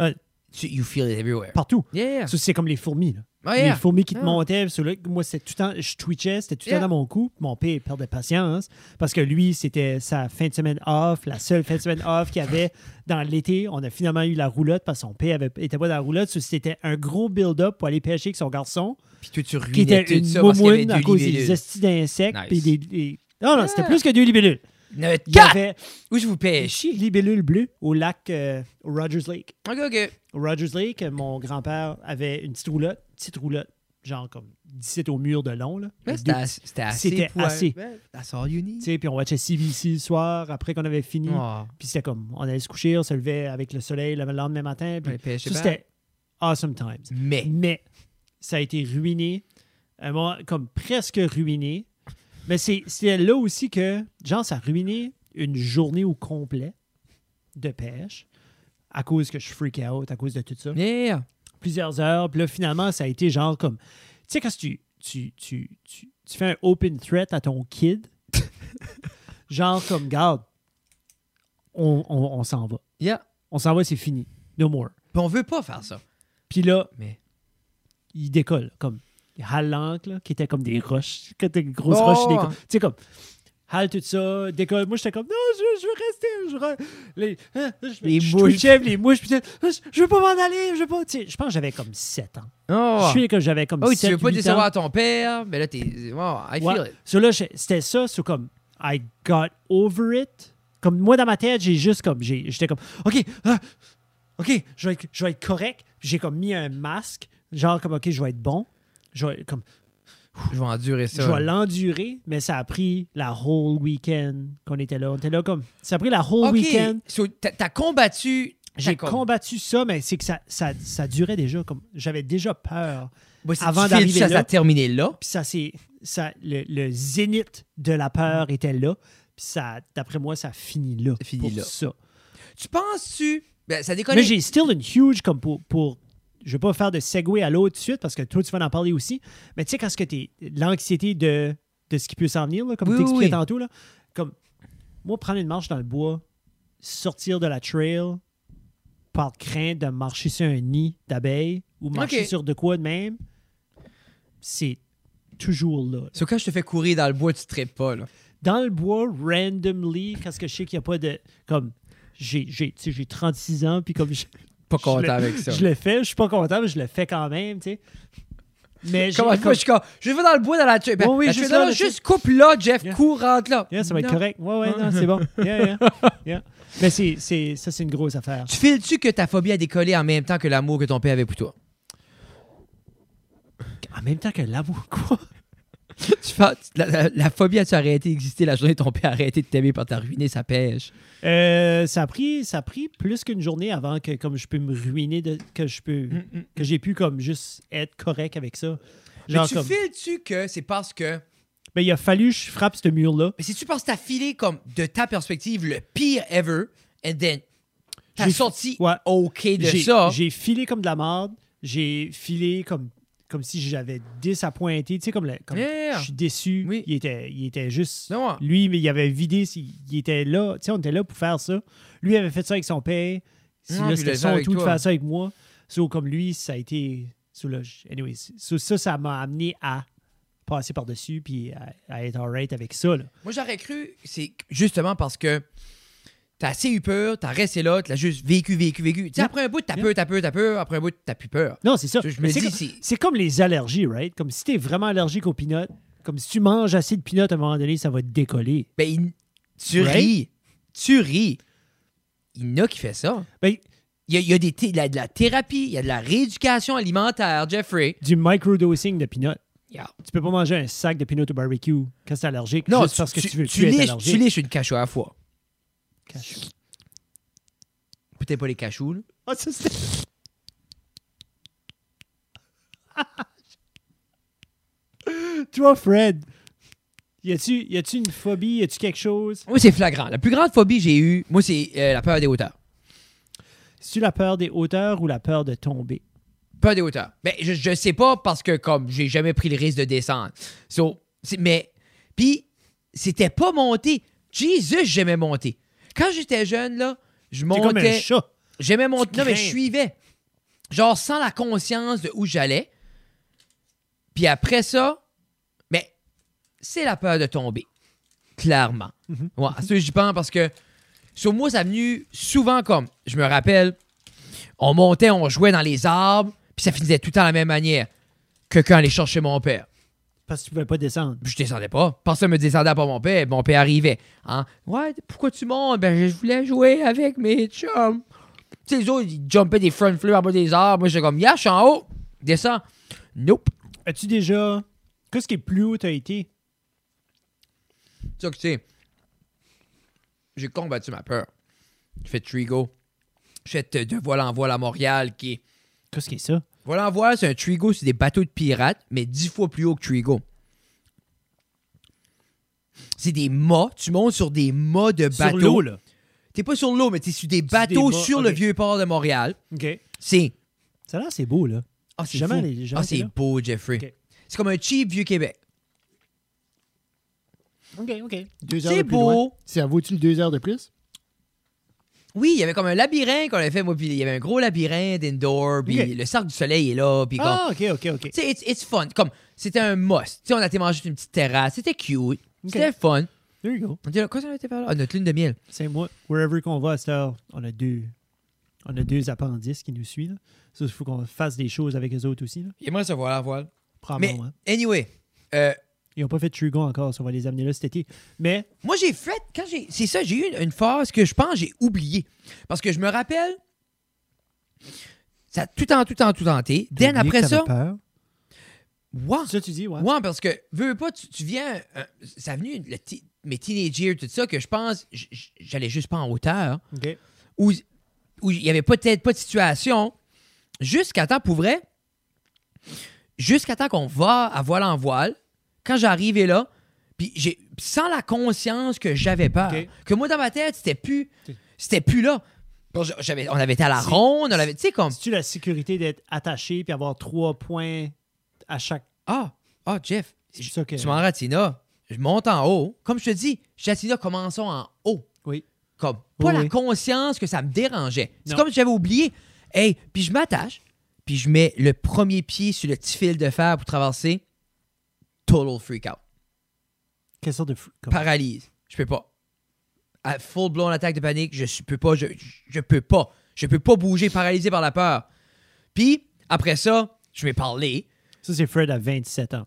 Euh, tu, you feel it everywhere. partout. Yeah. Ça, c'est comme les fourmis, là. Oh, Les yeah. fourmis qui te Ah. montaient, sur le- moi, c'était tout le temps, je twitchais, c'était tout le Yeah. temps dans mon cou. Mon père perdait patience parce que lui, c'était sa fin de semaine off, la seule fin de semaine off qu'il avait dans l'été. On a finalement eu la roulotte parce que son père n'était pas dans la roulotte. So, C'était un gros build-up pour aller pêcher avec son garçon Puis toi, tu qui ruinais était tout une ça parce qu'il y avait moumoune deux à cause des libellules. hosties d'insectes. Nice. puis Des, des- Non, non, c'était Ah. plus que deux libellules. Il y en avait Il y quatre! avait Où je vous une pêche? libellule bleue au lac euh, au Rogers Lake. Ok, ok. Au Rogers Lake, mon grand-père avait une petite roulotte, petite roulotte, genre comme 17 au mur de long. Là, Mais Avec C'était deux- as- c'était assez. C'était pour un- assez. Ben, That's all you tu need. sais, puis on watchait CBC le soir après qu'on avait fini. Oh. Puis c'était comme, on allait se coucher, on se levait avec le soleil le lendemain matin. Puis Ouais, puis je sais ça, pas. c'était awesome times. Mais. Mais ça a été ruiné un moment comme presque ruiné. Mais c'est c'est là aussi que, genre, ça a ruiné une journée au complet de pêche à cause que je freak out, à cause de tout ça. Yeah. Plusieurs heures. Puis là, finalement, ça a été genre comme. Tu sais, quand tu, tu, tu, tu, tu fais un open threat à ton kid, genre comme, garde, on, on- on s'en va. Yeah. On s'en va, c'est fini. No more. Puis on veut pas faire ça. Puis là, Mais- il décolle, comme il hale l'ancre, là, qui était comme des roches, qui étaient des grosses Oh, roches. des- ouais. Tu sais, comme, hale tout ça, décolle. Moi, j'étais comme, non, je, je veux rester. Je, re- les, hein, je- Les je mouches. twitchais, les mouches, puis tu sais, Ah, je, je veux pas m'en aller, je veux pas. Tu sais, je pense que j'avais comme 7 ans. Oh. Je suis que j'avais comme Oh, oui, 7 tu veux pas 8 ans. décevoir ton père, mais là, t'es. Wow, I feel Ouais. it. So là, j'ai- c'était ça, c'est comme I got over it. Comme moi dans ma tête, j'ai juste comme j'ai- j'étais comme OK, ah, OK, je vais être, je vais être correct. Puis J'ai comme mis un masque, genre comme OK, je vais être bon. Je vais comme Je vais endurer ça. je vais l'endurer, mais ça a pris la whole week-end qu'on était là. On était là comme ça a pris la whole OK. week-end. So, t'as t'as combattu. J'ai t'as com- combattu ça, mais c'est que ça, ça, ça durait déjà comme j'avais déjà peur. Bah, si avant tu files, d'arriver ça, là. ça a terminé là. Puis ça, c'est. Ça, le, le zénith de la peur était là. Puis ça, d'après moi, ça finit là. Ça Mm. finit pour là. ça. Tu penses-tu. Ben, ça déconne. Mais j'ai still une huge comme pour. pour je ne vais pas faire de segue à l'autre tout de suite parce que toi, tu vas en parler aussi. Mais tu sais, quand ce que t'es. L'anxiété de, de ce qui peut s'en venir, là, comme Oui, tu expliquais oui. tantôt, là, comme. Moi, prendre une marche dans le bois, sortir de la trail par crainte de marcher sur un nid d'abeilles ou marcher Ok. sur de quoi de même, c'est toujours là. So, quand je te fais courir dans le bois, tu tripes pas, là. dans le bois, randomly, parce que je sais qu'il n'y a pas de. Comme, j'ai j'ai- tu sais, j'ai 36 ans, puis comme je, Pas Je content l'ai- avec ça. je le fais, je suis pas content, mais je le fais quand même, tu sais. Mais j'ai- Comment tu vois, comme- je suis comme, je vais dans le bois dans la tuile. Ben, Oui, oui, la juste tuile, là, là, la tuile. juste coupe là, Jeff, Yeah. cours, rentre là. Yeah, ça va être Non. correct. Ouais, ouais, non, c'est bon. Yeah, yeah, yeah. Mais c'est, c'est, ça, c'est une grosse affaire. Tu files-tu que ta phobie a décollé en même temps que l'amour que ton père avait pour toi? En même temps que l'amour, quoi. Tu fais- la, la- la phobie a-tu arrêté d'exister la journée que ton père a arrêté de t'aimer par t'as ruiné sa pêche? Euh, ça, a pris, ça a pris plus qu'une journée avant que comme je peux me ruiner, de, que je peux que j'ai pu comme juste être correct avec ça. Genre Mais tu comme, files-tu que c'est parce que. ben, il a fallu que je frappe ce mur-là. Mais si tu penses que t'as filé comme de ta perspective le pire ever, and then t'as J'ai- sorti Ouais. OK de J'ai- ça. J'ai filé comme de la marde. J'ai filé comme, comme si j'avais 10 à pointer. Tu sais, comme, le- comme Yeah. je suis déçu. Oui. Il, était, il était juste. Non, ouais. Lui, mais il avait vidé. s'il- Il était là. Tu sais, on était là pour faire ça. Lui avait fait ça avec son père. Si Non, là, puis il c'était l'a fait son avec tout de toi. faire ça avec moi. So, comme lui, ça a été. So, là, je- anyway, so, ça, ça m'a amené à passer par-dessus puis à, à être alright avec ça. là. Moi, j'aurais cru, c'est justement parce que t'as assez eu peur, t'as resté là, t'as juste vécu, vécu, vécu. Tu sais, Yeah. après un bout, t'as Yeah. peur, t'as peur, t'as peur, après un bout, t'as plus peur. Non, c'est ça. Je me Mais c'est dis, comme- c'est- c'est comme les allergies, right? Comme si t'es vraiment allergique aux peanuts, comme si tu manges assez de peanuts à un moment donné, ça va te décoller. Ben, il- tu Right? ris. Tu ris. Il y en a qui fait ça. Ben, Il y a, il y a des thé- de, la, de la thérapie, il y a de la rééducation alimentaire, Jeffrey. du microdosing de peanuts. Yeah. Tu peux pas manger un sac de peanuts au barbecue quand t'es allergique Non, juste parce que tu veux tu, plus être liches, tu allergique. liches une cachou à la fois. Cache. Peut-être pas les cachous, là. Ah, ça, c'était- Toi, Fred, y a-tu y a-tu une phobie? Y a-tu quelque chose? Moi, c'est flagrant. La plus grande phobie que j'ai eue, moi, c'est euh, la peur des hauteurs. Est-ce la peur des hauteurs ou la peur de tomber? Peur des hauteurs. Ben, je, je sais pas parce que, comme, j'ai jamais pris le risque de descendre. So, c'est- mais, puis, c'était pas monter. Jésus, j'aimais monter. Quand j'étais jeune, là, je T'es montais. comme un chat. J'aimais mon. Tu Non, mais je crains. suivais. Genre, sans la conscience de où j'allais. Puis après ça, mais c'est la peur de tomber. Clairement. Mhm. Ouais, c'est ce que j'y pense parce que sur moi, ça a venu souvent comme. Je me rappelle, on montait, on jouait dans les arbres, puis ça finissait tout le temps de la même manière que quand aller chercher mon père. Parce que tu pouvais pas descendre. Je descendais pas. Personne me descendait pas mon père. Mon père arrivait. Hein? Ouais, pourquoi tu montes? Ben, je voulais jouer avec mes chums. Tu sais, les autres, ils jumpaient des front flips en bas des arbres. Moi, j'étais comme, yeah, je suis en haut. Descends. Nope. As-tu déjà. Qu'est-ce qui est plus haut t'as été? Tu sais, que, tu sais, j'ai combattu ma peur. J'ai fait Trigo. J'ai fait euh, de voile en voile à Montréal qui est Qu'est-ce qui est ça? Voilà, voir, c'est un Trigo sur des bateaux de pirates, mais dix fois plus haut que Trigo. C'est des mâts. Tu montes sur des mâts de Sur l'eau, bateaux. là. T'es pas sur l'eau, mais t'es sur des bateaux mâts, sur ok. le vieux port de Montréal. OK. C'est. Ça a l'air, c'est beau, là. Ah, c'est Jamais fou. allé- jamais Ah, été c'est là. beau, Jeffrey. Ok. C'est comme un cheap vieux Québec. OK, OK. Deux heures C'est de plus loin. beau. Ça vaut-tu le deux heures de plus? Oui, il y avait comme un labyrinthe qu'on avait fait, moi, puis il y avait un gros labyrinthe indoor, puis Ok. le cercle du soleil est là, puis comme. Ah, OK, OK, OK. Tu sais, it's, it's fun. Comme, c'était un must. Tu sais, on a été manger sur une petite terrasse. C'était cute. C'était fun. There you go. On dit, là, qu'est-ce qu'on a été faire là? Ah, notre lune de miel. C'est moi. Wherever qu'on va à cette heure, on a deux, on a deux appendices qui nous suivent. là. Ça, il faut qu'on fasse des choses avec les autres aussi. Là. J'aimerais ça voir la voile. Mais, Probablement. anyway, euh, Ils n'ont pas fait de Trugon encore, ça on va les amener là cet été. Mais moi, j'ai fait, quand j'ai. C'est ça, j'ai eu une, une phase que je pense j'ai oubliée. Parce que je me rappelle, ça a tout en, tout en, tout tenté. Den, T'as oublié après que ça, t'avais peur. wow! Ça, tu dis, ouais. Ouais, parce que, veux veux pas, tu, tu viens. euh, ça a venu, le ti- mes teenage years, tout ça, que je pense, j- j- j'allais juste pas en hauteur. OK. où où il n'y avait peut-être pas de situation, jusqu'à temps, pour vrai, jusqu'à temps qu'on va à voile en voile, quand j'arrivais là, puis j'ai sans la conscience que j'avais peur, Ok. que moi dans ma tête, c'était plus c'était plus là. Bon, je- j'avais- on avait été à la C'est- ronde, on avait tu sais comme C'est-tu la sécurité d'être attaché puis avoir trois points à chaque. ah, ah Jeff, C'est je- ça que- tu m'en ratina, je monte en haut, comme je te dis, Chatina commençons en haut. Oui. comme pas Oui, la oui. conscience que ça me dérangeait. C'est Non. comme si j'avais oublié. Hey, puis je m'attache, puis je mets le premier pied sur le petit fil de fer pour traverser. Total freak out. Quelle sorte de. fou- comme- Paralyse. Je peux pas. À full blown attaque de panique, je suis- peux pas, je, je- je peux pas. Je peux pas bouger, paralysé par la peur. Puis après ça, je vais parler. Ça, c'est Fred à 27 ans.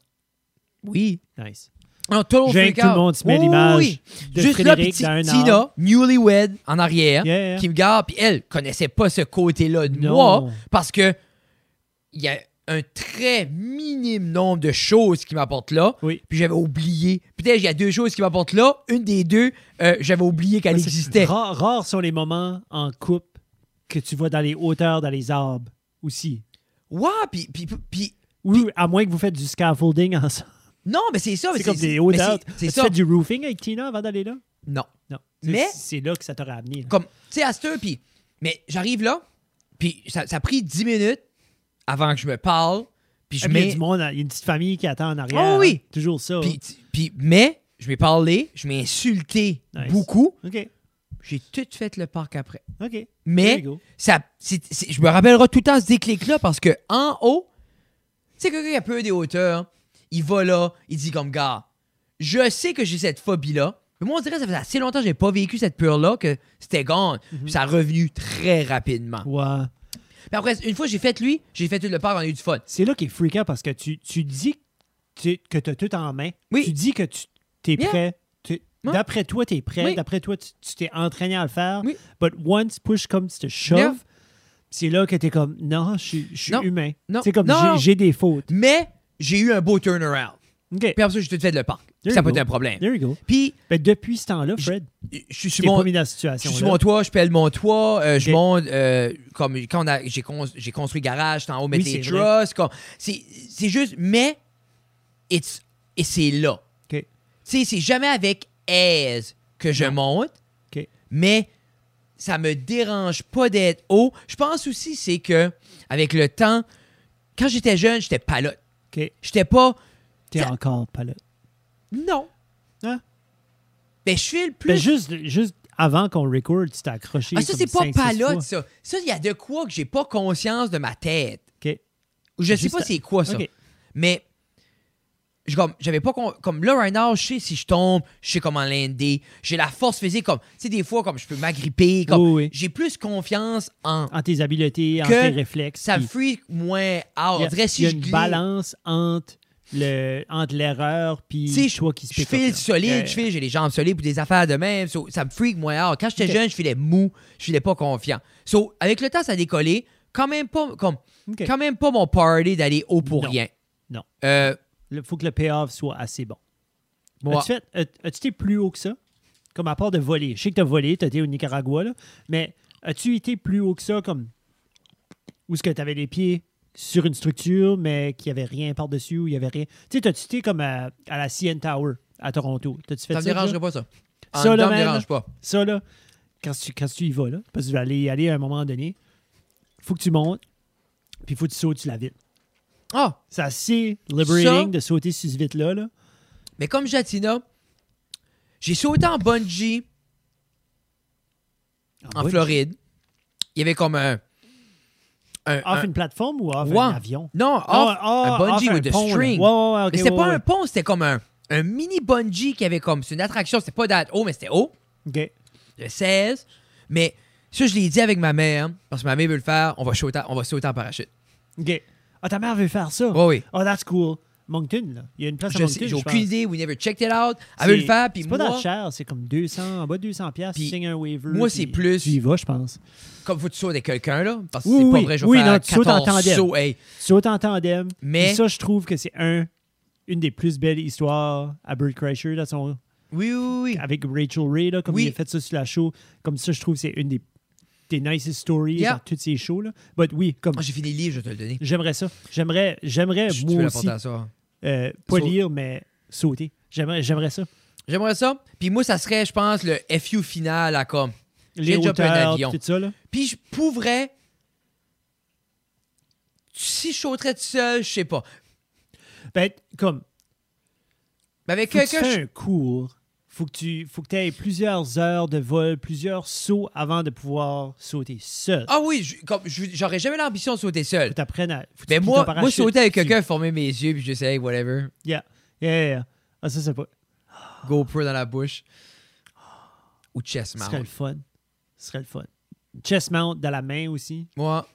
Oui. Nice. Un total J'aime freak que tout le out. monde se met Oui, l'image oui, de Juste là, puis Frédéric Ti- dans un arbre. Tina, newlywed, en arrière, Yeah, yeah. qui me garde, puis elle connaissait pas ce côté-là de Non. moi, parce que il y a un très minime nombre de choses qui m'apportent là, Oui. puis j'avais oublié. Peut-être il y a deux choses qui m'apportent là, une des deux, euh, j'avais oublié qu'elle Ouais, c'est- existait. Rares rares sont les moments en couple que tu vois dans les hauteurs, dans les arbres aussi. Ouais, puis, puis, puis- Oui, à moins que vous faites du scaffolding ensemble. non, mais c'est ça. mais C'est comme des mais hauteurs. c'est- Tu C'est ça. fais du roofing avec Tina avant d'aller là? Non. Non. Mais- C'est c'est là que ça t'aurait amené. là. comme, tu sais, à cette heure, puis, mais j'arrive là, puis ça, ça a pris 10 minutes avant que je me parle, puis Ah, je puis Il y a mets. du monde, il y a une petite famille qui attend en arrière. Oh oui! hein. Toujours ça. Puis, puis- mais, je m'ai parlé, je m'ai insulté Nice. beaucoup, OK. j'ai tout fait le parc après. OK. There Mais, you go. ça, c'est- c'est- je me rappellerai tout le temps ce déclic-là parce que en haut, tu sais, quelqu'un qui a peu des hauteurs, il va là, il dit comme, gars, je sais que j'ai cette phobie-là, mais moi, on dirait que ça faisait assez longtemps que j'ai pas vécu cette peur-là que c'était gone. Mhm. Puis Ça a revenu très rapidement. Ouais. Puis après, une fois j'ai fait lui, j'ai fait tout le parc, on a eu du fun. C'est là qui est freakant parce que tu, tu dis que tu- que tu as tout en main. Oui. Tu dis que tu es Yeah. prêt. Tu- Ouais. D'après toi, tu es prêt. Oui. D'après toi, tu tu t'es entraîné à le faire. Oui. But once push comme tu te shoves, Yeah. c'est là que tu es comme non, je suis- je suis Non. humain. Non. C'est comme Non. j'ai- j'ai des fautes. Mais j'ai eu un beau turnaround. OK. Puis après ça, j'ai tout fait le parc. There ça you peut go. être un problème. There you go. Puis Ben, depuis ce temps-là, Je- Fred, je tu suis sur n'es mon, pas mis dans la je situation. suis sur mon toit, je pèle mon toit, euh, je Ok. monte, euh, comme quand on a- j'ai con- j'ai construit garage, j'étais en haut, mettre Oui, les c'est trusses. comme- C'est c'est juste, mais it's- et c'est là. OK. Tu sais, c'est jamais avec aise que je monte, OK. mais ça me dérange pas d'être haut. Je pense aussi, c'est que avec le temps, quand j'étais jeune, j'étais palote. OK. J'étais pas. T'es Ça- encore pas là. Non. Hein? Ben, je suis le plus. Ben, juste, juste avant qu'on record, tu t'es accroché. ah, ça, comme c'est pas cinq, six palote, fois. ça. Ça, il y a de quoi que j'ai pas conscience de ma tête. OK. Ou je sais Juste pas à- c'est quoi ça. OK. Mais je comme j'avais pas con- comme là right now, je sais si je tombe, je sais comment l'indé, j'ai la force physique comme tu sais des fois comme je peux m'agripper comme Oui, oui. j'ai plus confiance en En tes habiletés, en tes Que réflexes. ça me puis freak moins out. Il y On a, dirait il si y a je une glisse, balance entre le entre l'erreur puis Tu sais, le choix qui se je pick up, file là. solide, Yeah. je file, j'ai les jambes solides pour des affaires de même, so, ça me freak moins out. Quand j'étais Ok. jeune, je filais mou, je filais pas confiant. So avec le temps ça a décollé, quand même pas comme Ok. quand même pas mon party d'aller haut pour Non. rien. Non. Euh, Il faut que le payoff soit assez bon. Ouais. As-tu fait- as- as-tu été plus haut que ça? Comme à part de voler. Je sais que t'as volé, t'as été au Nicaragua, là, mais as-tu été plus haut que ça comme où ce que tu avais les pieds sur une structure, mais qu'il n'y avait rien par-dessus, où il n'y avait rien. Tu sais, t'as-tu été comme à, à la CN Tower à Toronto? T'as-tu fait Ça ça? me déjà? dérangerait pas, ça. En Ça, ça, là, me même, dérange pas. Ça, là, quand tu, quand tu y vas, là, parce que tu vas aller y aller à un moment donné, faut que tu montes, puis faut que tu sautes sur la vitre. Ah, C'est assez liberating Ça- de sauter sur cette vitre-là. Là. mais comme Jatina, j'ai sauté en bungee en bas. Floride. Il y avait comme un. un- Off un- une plateforme ou off Ouais. un avion? Non, off, Ah, ah, un bungee off with a pont, là. string. Ouais, ouais, ouais, ok, mais c'était ouais, pas ouais. un pont, c'était comme un, un mini bungee qui avait comme. C'est une attraction, c'était pas d'être haut, mais c'était haut. OK. le 16. Mais ça, je l'ai dit avec ma mère, parce que ma mère veut le faire, on va sauter, on va sauter en parachute. OK. Ah, ta mère veut faire ça? Oui, oui. Oh, that's cool. Moncton, là. Il y a une place à Je Moncton, sais- J'ai je pense. aucune idée, we never checked it out. Elle veut le C'est- faire, puis C'est moi, pas dans le cher, c'est comme 200, en bas de 200 piastres, tu Puis signes un waiver. moi, puis c'est plus- Tu y vas, je pense. comme faut que tu sautes avec quelqu'un, là, parce que Oui, c'est pas oui, vrai, je vais oui, faire non, tu sautes en 14 tandem. sauts, hey. Tu sautes en tandem. Mais- Puis ça, je trouve que c'est un, une des plus belles histoires à Bird Crusher, là, son- Oui, oui, oui. avec Rachel Ray, là, comme Oui. il a fait ça sur la show. Comme ça, je trouve que c'est une des, des nicest stories Yeah. dans toutes ces shows. Là. But oui, comme Moi, Ah, j'ai fini le livre, je vais te le donner. j'aimerais ça. J'aimerais, j'aimerais Je- tu veux moi la aussi, porter à ça. euh, pas Sau- lire, mais sauter. J'aimerais, j'aimerais ça. J'aimerais ça. Puis moi, ça serait, je pense, le FU final à comme. Les J'ai déjà pris un hauteurs, avion. tout ça, là. Puis je pourrais. Si je sauterais tout seul, je sais pas. Ben, comme, Mais avec faut que tu quelqu'un, je- fais un cours, faut que tu faut que aies plusieurs heures de vol, plusieurs sauts avant de pouvoir sauter seul. Ah oui, je- comme- je- j'aurais jamais l'ambition de sauter seul. Faut t'apprennes à. faut que Mais tu plies moi, ton moi, parachute, je sautais avec tu- quelqu'un, formé mes yeux, puis je sais, hey, whatever. Yeah. Yeah, yeah. Ah, ça, c'est pas. GoPro dans la bouche. Ou chest Ce serait mount. le fun. Ce serait le fun. Chest mount dans la main aussi. Moi.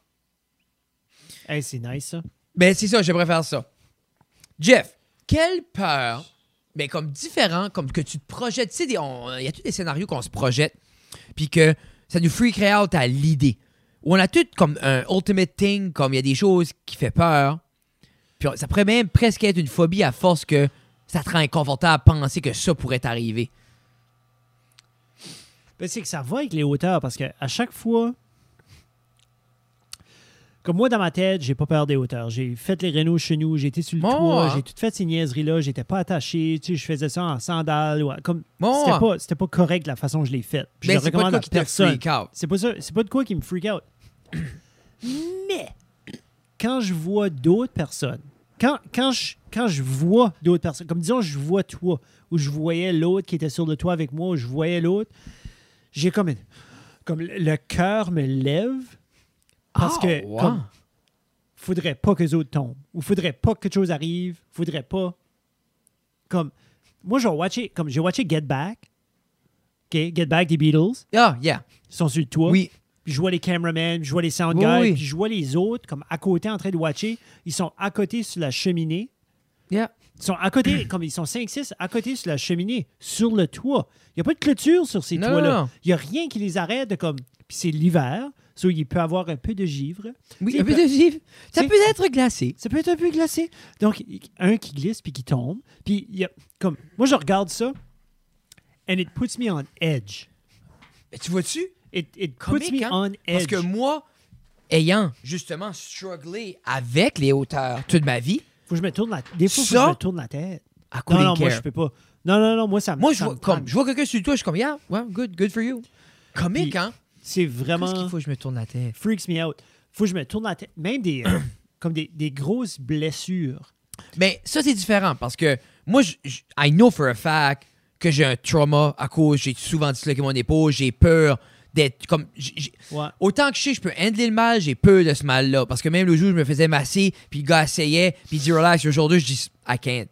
Hey, c'est nice, ça. Ben, c'est ça, j'aimerais faire ça. Jeff, quelle peur, mais comme différent, comme que tu te projettes. Tu sais, des- on- il y a tous des scénarios qu'on se projette, puis que ça nous freakerait out à l'idée. Ou on a tout comme un ultimate thing, comme il y a des choses qui fait peur. Puis on- ça pourrait même presque être une phobie à force que ça te rend inconfortable à penser que ça pourrait t'arriver. Ben, c'est que ça va avec les hauteurs parce que à chaque fois. Comme moi, dans ma tête, j'ai pas peur des hauteurs. J'ai fait les rénaux chez nous, j'ai été sur le Bon, toit, hein. j'ai tout fait ces niaiseries-là, j'étais pas attaché, tu sais, je faisais ça en sandales. ou en- comme, Bon, c'était, hein. pas, c'était pas correct la façon dont je l'ai fait. Puis Mais Je le Ben, c'est pas de recommande quoi à qui te personne. freak out. C'est pas ça, c'est pas de quoi qui me freak out. Mais quand je vois d'autres personnes, quand, quand, je, quand je vois d'autres personnes, comme disons, je vois toi, ou je voyais l'autre qui était sur le toit avec moi, ou je voyais l'autre, j'ai comme une- comme le- le cœur me lève parce Ah, que ouais. comme, faudrait pas que les autres tombent, ou faudrait pas que quelque chose arrive, faudrait pas comme moi j'ai watché comme j'ai watché Get Back, ok, Get Back des Beatles, Ah, yeah. ils sont sur le toit. Oui. Puis je vois les cameramen, puis je vois les sound Oui, guys, oui. puis je vois les autres comme à côté en train de watcher. Ils sont à côté sur la cheminée. Yeah. Ils sont à côté, comme ils sont 5-6, à côté sur la cheminée, sur le toit. Il n'y a pas de clôture sur ces Non, toits-là. non. Il n'y a rien qui les arrête de comme. Puis c'est l'hiver, so il peut avoir un peu de givre. Tu Oui, sais, un peu de givre. Ça tu sais- peut être glacé. ça peut être un peu glacé. Donc, un qui glisse puis qui tombe. Puis, il y a, comme, moi, je regarde ça, and it puts me on edge. Mais tu vois-tu? It, it puts Comique, me hein? on Parce edge. que moi, ayant justement strugglé avec les hauteurs toute ma vie, faut que je me tourne la Des fois, faut Ça- que je me tourne la tête. à coup Non, non, care. moi, je peux pas. Non, non, non, moi, ça me. Moi, je ça vois, me comme, tente. je vois quelqu'un sur toi, je suis comme, yeah, ouais, good, good for you. Comique, Puis, hein? C'est Qu'est-ce vraiment. qu'il faut que je me tourne la tête? Freaks me out. Faut que je me tourne la tête. Même des. euh, comme des, des grosses blessures. Mais ça, c'est différent parce que moi, je, je- I know for a fact que j'ai un trauma à cause, j'ai souvent disloqué mon épaule, j'ai peur d'être comme. j- j- Ouais. Autant que je sais, je peux handler le mal, j'ai peur de ce mal-là. Parce que même le jour où je me faisais masser, puis le gars essayait, puis il dit relax, aujourd'hui, je dis I can't.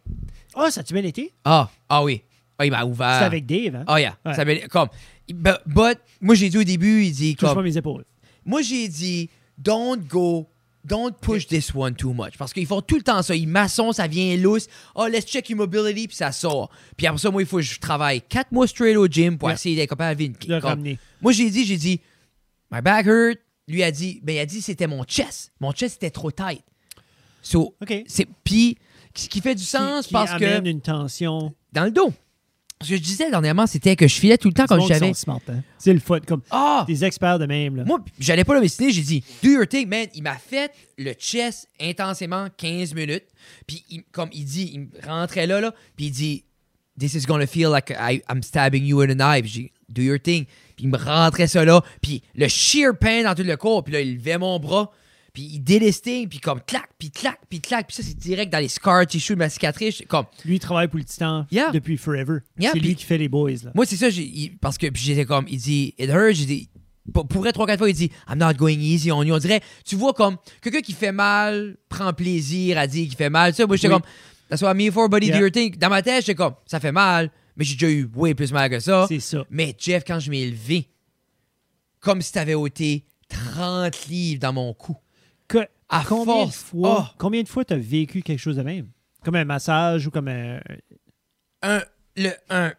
Ah, ça a-tu bien été? Ah, ah oui. Ah, il m'a C'est ouvert. avec Dave, hein? Ah, yeah. Ouais. Ça m'a- comme. But, but, moi, j'ai dit au début, il dit Touche pas comme. mes épaules. Moi, j'ai dit, don't go, don't push this one too much. Parce qu'ils font tout le temps ça. Ils maçonnent, ça vient lousse. Oh, let's check your mobility, puis ça sort. Puis après ça, moi, il faut que je travaille quatre mois straight au gym pour Ouais. essayer d'être capable de vivre une- De le comme- ramener. Moi, j'ai dit, j'ai dit, my back hurt. Lui a dit, ben, il a dit, c'était mon chest. Mon chest était trop tight. So, OK. c'est. Puis, ce qui fait du Qui- sens qui parce que. amène une tension. Dans le dos. Ce que je disais dernièrement, c'était que je filais tout le temps quand Du monde qui Ah, j'avais. sont smart, hein. C'est le fun. Comme Ah! des experts de même. Là. Moi, j'allais pas le dessiner, j'ai dit, do your thing, man. Il m'a fait le chest intensément 15 minutes. Puis, il- comme il dit, il me rentrait là, là. Puis il dit, this is gonna feel like I- I'm stabbing you in a knife. J'ai dit, do your thing. Puis il me rentrait ça là. Puis le sheer pain dans tout le corps. Puis là, il levait mon bras. Puis il délestait. Puis comme clac, puis clac, puis clac. Puis ça, c'est direct dans les scar tissue de ma cicatrice. J'étais Comme, Lui, il travaille pour le Titan Yeah. depuis forever. Yeah, c'est puis- lui qui fait les boys. Là. Moi, c'est ça, j'ai- il- parce que puis j'étais comme, il dit, it hurts, j'ai dit, pour pour vrai, trois, quatre fois, il dit, I'm not going easy on you. On dirait, tu vois, comme, quelqu'un qui fait mal prend plaisir à dire qu'il fait mal. Tu sais, moi, j'étais Oui. comme, that's what I'm here for, buddy, do Yeah. your thing. Dans ma tête, j'étais comme, ça fait mal, mais j'ai déjà eu way plus mal que ça. C'est ça. Mais Jeff, quand je m'ai levé, comme si t'avais ôté 30 livres dans mon cou. Que- À combien, force. de fois, Ah. combien de fois t'as vécu quelque chose de même? Comme un massage ou comme un. Un, le, un,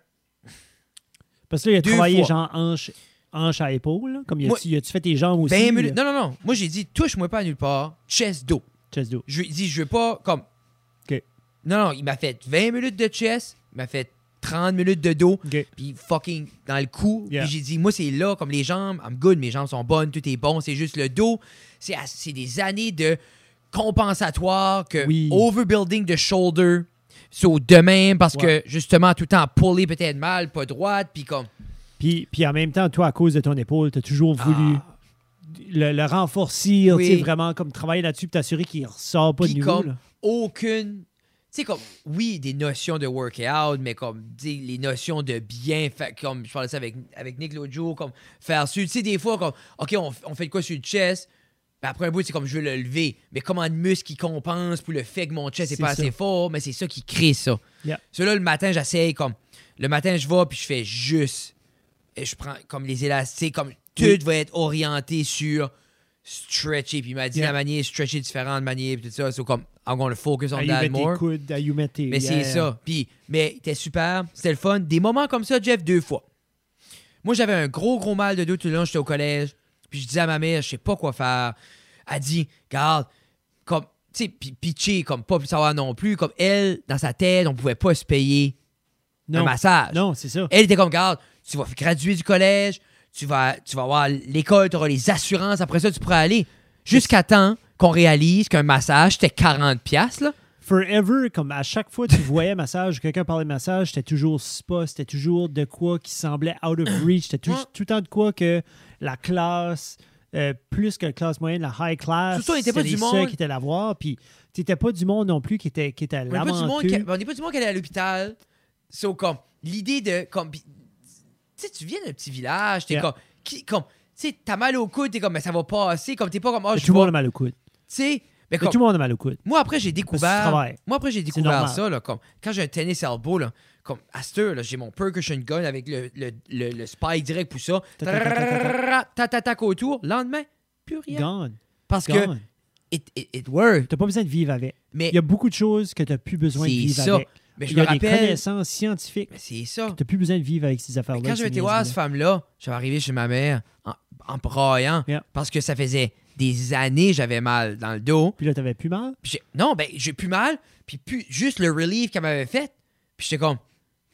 Parce que là, il a Deux travaillé fois. genre hanche, hanche à épaule. là. Comme il Moi- a-tu il a-tu fait tes jambes aussi? euh, 20 là? minutes. Non, non, non. Moi, j'ai dit, touche-moi pas à nulle part, chest, dos. Chest do. Je lui ai dit, je veux pas, comme. Ok. Non, non, il m'a fait 20 minutes de chest, il m'a fait 30 minutes de dos, Ok. puis fucking dans le cou. Yeah. Puis j'ai dit, moi, c'est là, comme les jambes, I'm good, mes jambes sont bonnes, tout est bon, c'est juste le dos. C'est à- C'est des années de compensatoire, que Oui. overbuilding de shoulder. So, de même, parce Ouais. que justement, tout le temps pullé peut-être mal, pas droite, puis comme. Puis, puis en même temps, toi, à cause de ton épaule, t'as toujours voulu le, le renforcer, Ah. Oui. tu sais, vraiment comme travailler là-dessus pour t'assurer qu'il ressort pas de Puis nouveau. comme- là. aucune. Tu sais, comme, oui, des notions de workout, mais comme, tu sais, les notions de bien, fa- comme je parlais ça avec, avec Nick l'autre jour, comme faire sur. Tu sais, des fois, comme, OK, on, on fait de quoi sur le chest? Ben, après un bout, c'est comme je veux le lever. Mais comment de muscle qui compense pour le fait que mon chest n'est C'est pas ça. assez fort? Mais c'est ça qui crée ça. Yeah. So, là, le matin, j'essaye comme. Le matin, je vais puis je fais juste. Et je prends comme les élastiques, comme tout Oui. va être orienté sur stretcher. Puis il m'a dit Yeah. la manière, stretcher de différentes manières, puis tout ça. So, comme, I'm going focus on À Ah, y that mettre tes more. coudes, à y mettre tes. euh, Mais c'est Yeah. ça. Puis, mais t'es super, c'était le fun. Des moments comme ça, Jeff, deux fois. Moi, j'avais un gros, gros mal de dos tout le long, j'étais au collège. Puis je disais à ma mère, je sais pas quoi faire. Elle dit, garde, comme, tu sais, pi- pitcher, comme pas plus savoir non plus. Comme elle, dans sa tête, on pouvait pas se payer un Non, massage. non c'est ça. Elle était comme, garde, tu vas graduer du collège, tu vas, tu vas avoir l'école, tu auras les assurances, après ça, tu pourras aller. Jusqu'à temps qu'on réalise qu'un massage, c'était 40$, piastres, là. Forever, comme à chaque fois que tu voyais massage, ou quelqu'un parlait de massage, c'était toujours spa, c'était toujours de quoi qui semblait out of reach, c'était tout, Ouais. tout le temps de quoi que la classe, euh, plus que la classe moyenne, la high class, Surtout, on était c'était pas du les monde- seuls qui étaient à la voir, puis t'étais pas du monde non plus qui était, qui était On n'est pas du monde lamenteux. qui- on n'est pas du monde qui allait à l'hôpital. So, comme, l'idée de, comme, pis- tu sais, tu viens d'un petit village, t'es Yeah. comme, qui, comme, tu sais, t'as mal au coude, t'es comme, mais ça va passer, comme, t'es pas comme, oh, Mais je tout le monde vois, a tu mal au coude. sais, mais Mais comme, tout le monde a mal au coude. moi, après, j'ai Parce que tu découvert, travailles. moi, après, j'ai découvert normal. ça, là, comme, quand j'ai un tennis elbow, là, comme, à cette heure, là, j'ai mon percussion gun avec le, le, le, le spike direct pour ça, Ta-ta-ta-ta-ta-ta. tac autour, lendemain, plus rien. Gone. Parce que, Gone. it, it, it worked, T'as pas besoin de vivre avec. mais Il y a beaucoup de choses que t'as plus besoin de C'est vivre ça. avec. mais je Il y me a des rappelle, connaissances scientifiques. mais c'est ça. T'as plus besoin de vivre avec ces affaires-là. Mais quand ces je m'étais voir niaiseries-là. cette femme-là, je suis arrivé chez ma mère en, en braillant Yeah. parce que ça faisait des années j'avais mal dans le dos. Puis là, t'avais plus mal. Puis j'ai- non, ben j'ai plus mal, puis plus, juste le relief qu'elle m'avait fait. Puis j'étais comme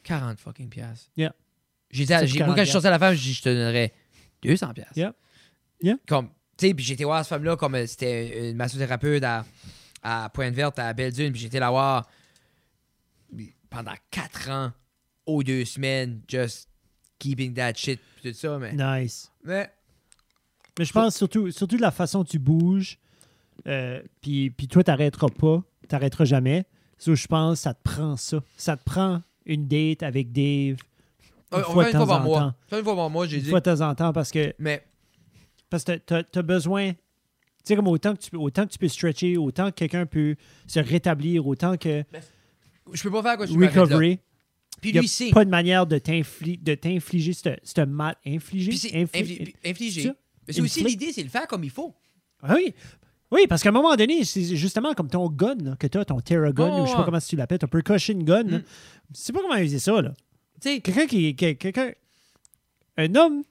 40 fucking piastres. Yeah. J'ai dit à- Ça, j'ai- c'est moi 40 quand je sortais à la femme, j'ai dit je te donnerais 200 piastres. Yeah. Yeah. Comme tu sais, puis j'étais voir cette femme-là comme euh, c'était une massothérapeute à à Pointe Verte à Belle Dune, puis j'étais la voir pendant 4 ans aux deux semaines just keeping that shit puis tout ça mais Nice. mais Mais je pense surtout, surtout de la façon que tu bouges, euh, puis, puis toi, t'arrêteras pas, t'arrêteras jamais. So, je pense que ça te prend ça. Ça te prend une date avec Dave on une on fois fait de euh, une fois temps en par temps. mois. On fait une fois par mois, j'ai Une dit fois de temps en temps, parce que, mais parce que t'as- t'as as besoin... Tu sais, comme autant que tu, peux- autant que tu peux stretcher, autant que quelqu'un peut se rétablir, autant que je peux pas faire quoi Ben, je peux pas faire là. recovery, Puis il n'y lui a c'est pas de manière de t'infli- de t'infliger ce- ce mal. Infliger? Puis c'est Infli- infli- puis infligé. ça? Mais c'est aussi Inflict. l'idée, c'est de le faire comme il faut. Ah oui. Oui, parce qu'à un moment donné, c'est justement comme ton gun là, que tu as, ton Terra Gun, Oh, ou je sais ouais. pas comment tu l'appelles, ton Percussion Gun. là. Mm. Je sais pas comment utiliser ça. là. Tu sais, Quelqu'un qui. qui- quelqu'un, un homme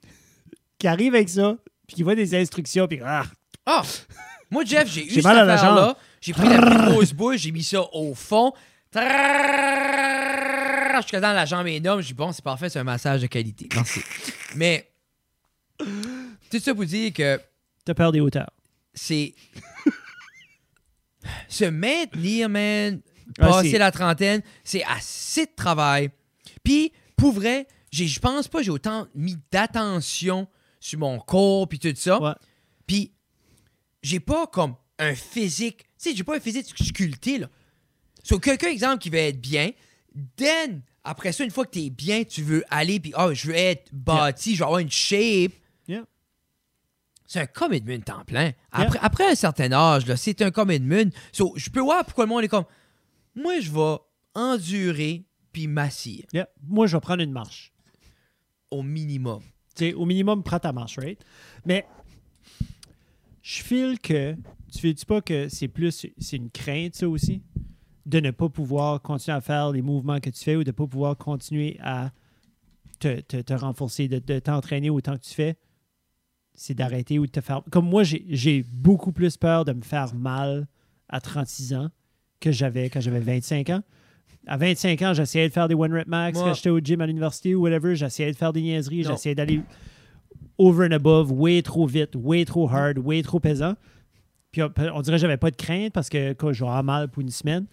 qui arrive avec ça, puis qui voit des instructions, puis. Ah, ah! Moi, Jeff, j'ai eu J'ai cette mal à la affaire-là. J'ai pris la plus grosse bouche, j'ai mis ça au fond. Trrrr. crache jusqu'à dans la jambe énorme. Je dis, bon, c'est parfait, c'est un massage de qualité. Merci. Mais, tout ça pour dire que T'as peur des hauteurs. c'est. se maintenir, man, Ah, passer c'est- la trentaine, c'est assez de travail. Puis, pour vrai, j'ai- je pense pas que j'ai autant mis d'attention sur mon corps, puis tout ça. Ouais. Puis, j'ai pas comme un physique. Tu sais, j'ai pas un physique sculpté, là. So, quelqu'un, exemple, qui veut être bien, then, après ça, une fois que t'es bien, tu veux aller, puis, oh, je veux être bâti, je veux avoir une shape. Yeah. C'est un commitment temps plein. Après, après un certain âge, là, c'est un commitment. So, je peux voir pourquoi le monde est comme, moi, je vais endurer puis m'assir Yeah. Moi, je vais prendre une marche. au minimum. Tu sais, au minimum, prends ta marche, right? Mais je file que. Tu fais-tu pas que c'est plus. C'est une crainte, ça aussi? De ne pas pouvoir continuer à faire les mouvements que tu fais ou de ne pas pouvoir continuer à te, te- te renforcer, de, de t'entraîner autant que tu fais. C'est d'arrêter ou de te faire. Comme moi, j'ai- j'ai beaucoup plus peur de me faire mal à 36 ans que j'avais quand j'avais 25 ans. À 25 ans, j'essayais de faire des one rep max Moi- quand j'étais au gym à l'université ou whatever. J'essayais de faire des niaiseries, Non. j'essayais d'aller over and above, way trop vite, way trop hard, way trop pesant. Puis on, on dirait que j'avais pas de crainte parce que quand j'aurais mal pour une semaine,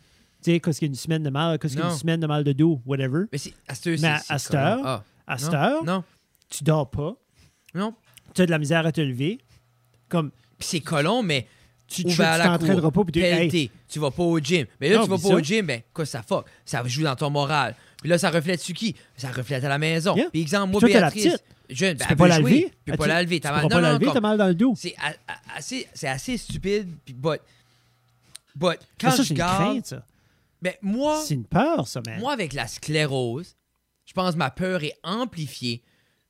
tu sais, qu'est-ce qu'une semaine de mal, qu'est-ce qu'une Non. semaine de mal de dos, whatever. Mais c'est- à cette heure, Mais c'est- à- c'est à cette comme- heure, ah, À cette non, heure, Non, tu dors pas, non. tu as de la misère à te lever. Comme Puis c'est colon, mais tu tu- tu ouvert ben, à la t'entraîneras pas cour, puis tu pelleté. hey, Tu vas pas au gym. Mais là, Non, tu vas mais pas ça- au gym, ben, quoi, ça fuck. Ça joue dans ton moral. Puis là, ça reflète sur qui Ça reflète à la maison. Yeah. Puis exemple, moi, Puis toi, t'as la Béatrice, petite. jeune, tu ben, elle peux pas veut la jouer. lever. Tu Ah, peux pas la lever. Tu T'as pourras mal. pas Non, la non, lever, comme- t'as mal dans le dos. C'est a- a- assez, c'est assez stupide, puis but. But, Mais quand ça, je c'est une garde. crainte, ça. Ben, moi, C'est une peur, ça, man. Hein? moi, avec la sclérose, je pense que ma peur est amplifiée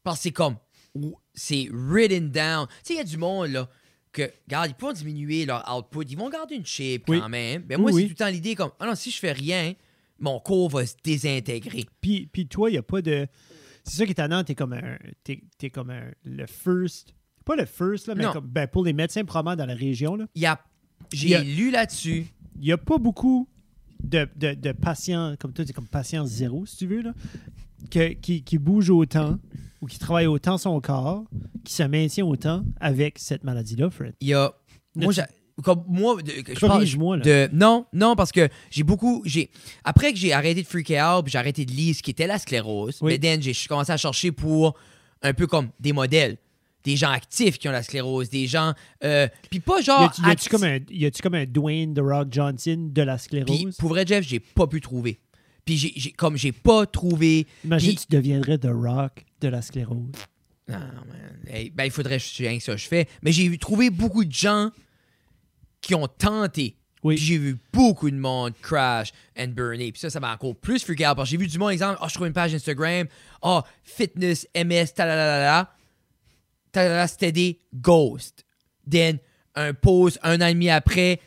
parce que c'est comme. ou- C'est written down. Tu sais, il y a du monde, là, que, regarde, ils peuvent diminuer leur output. Ils vont garder une chip Oui. quand même. Mais Oui, moi, oui. c'est tout le temps l'idée comme, ah non, si je fais rien, mon cours va se désintégrer. Puis, puis toi, il n'y a pas de. C'est ça qui est tannant, t'es comme un. T'es, t'es comme un. Le first. Pas le first, là, mais Non. comme, ben, pour les médecins probablement dans la région, là, Il y a. J'ai Il y a- lu là-dessus. il n'y a pas beaucoup de, de- de patients, comme toi, c'est comme patient zéro, si tu veux, là, que- qui, qui bouge autant ou qui travaille autant son corps, qui se maintient autant avec cette maladie-là, Fred. Il y a. Moi, Là, j'a- comme moi, de- que je parle- Corrige-moi, là. de non non parce que j'ai beaucoup j'ai après que j'ai arrêté de freaker out puis j'ai arrêté de lire ce qui était la sclérose Oui. mais then j'ai je suis commencé à chercher pour un peu comme des modèles des gens actifs qui ont la sclérose des gens euh, puis pas Y genre a-tu- y a-tu actifs. comme, un- y a-tu comme un Dwayne The Rock Johnson de la ah, puis sclérose? pour vrai Jeff j'ai pas pu trouver puis j'ai j'ai- comme j'ai pas trouvé Imagine puis- tu deviendrais The Rock de la sclérose. Non, man. Hey, ben, il faudrait que je rien que ça je fais. Mais j'ai vu- trouvé beaucoup de gens qui ont tenté. Oui. Puis j'ai vu beaucoup de monde crash and burner. Puis ça, ça m'a encore plus freaké out. Parce que j'ai vu du monde, exemple, oh, je trouve une page Instagram, oh, fitness, MS, talalala, talalala, c'était des ghosts. Then, un pause, un an et demi après,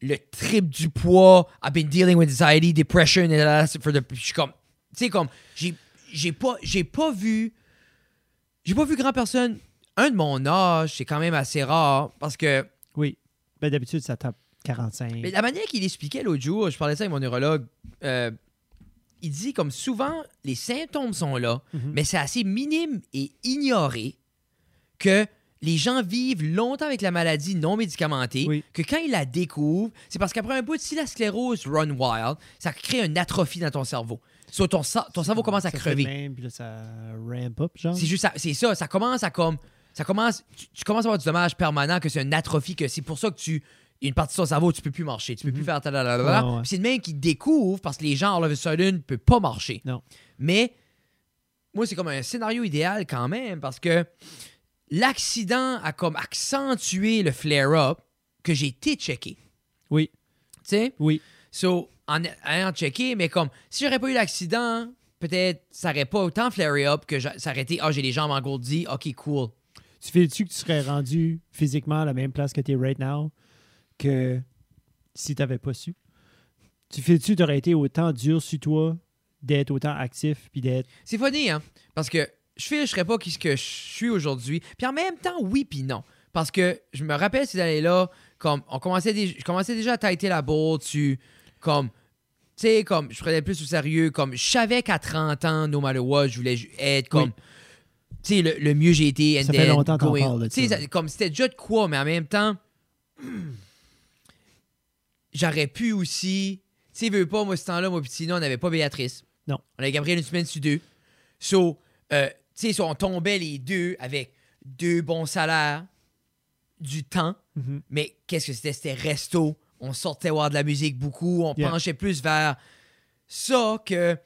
le trip du poids, I've been dealing with anxiety, depression, et là, là, for the- je suis comme, tu sais, comme, j'ai, j'ai pas, j'ai pas vu, j'ai pas vu grand personne. Un de mon âge, c'est quand même assez rare parce que Oui. Ben, d'habitude, ça tape 45. mais la manière qu'il expliquait l'autre jour, je parlais ça avec mon neurologue, euh, il dit comme souvent, les symptômes sont là, Mhm. mais c'est assez minime et ignoré que les gens vivent longtemps avec la maladie non médicamentée, Oui. que quand ils la découvrent, c'est parce qu'après un bout, si la sclérose run wild, ça crée une atrophie dans ton cerveau. So, ton, cer- ton cerveau commence à Ah, Ça fait crever. même, puis là, ça ramp up, genre. C'est juste ça, c'est ça, ça commence à comme ça commence tu, tu commences à avoir du dommage permanent que c'est une atrophie que c'est pour ça que tu une partie de ton cerveau, tu peux plus marcher, tu peux plus faire ta la la la la. Mhm. Ouais, ouais. Puis C'est le même qui découvre parce que les gens all of a sudden peut pas marcher. Non. Mais moi c'est comme un scénario idéal quand même parce que l'accident a comme accentué le flare-up que j'ai été checké. Oui, Tu sais oui. So, en ayant checké, mais comme si j'aurais pas eu l'accident, peut-être ça aurait pas autant flared up que j'a- ça aurait été Ah, j'ai les jambes engourdies, ok, cool. Tu fais-tu que tu serais rendu physiquement à la même place que t'es right now que si t'avais pas su? Tu fais-tu t'aurais été autant dur sur toi d'être autant actif puis d'être... C'est funny, hein? Parce que je ficherais pas qui ce que je suis aujourd'hui. Puis en même temps, oui, puis non. Parce que je me rappelle ces années-là, comme on commençait, dé- je commençais déjà à tâter la bourre, tu. Comme. Tu sais, comme, je prenais plus au sérieux. Comme, je savais qu'à 30 ans, no matter what, je voulais ju- être comme. Tu sais, le, le mieux j'ai été. and Ça fait then longtemps qu'on going- parle de Tu sais, ça. ça- comme, c'était déjà de quoi, mais en même temps, j'aurais pu aussi. Tu sais, veux pas, moi, ce temps-là, moi, petit, on n'avait pas Béatrice. Non. On avait Gabriel une semaine sur deux. So, euh, tu sais, so, on tombait les deux avec deux bons salaires, du temps. Mhm. Mais qu'est-ce que c'était? C'était resto. On sortait voir de la musique beaucoup. On Yeah. penchait plus vers ça que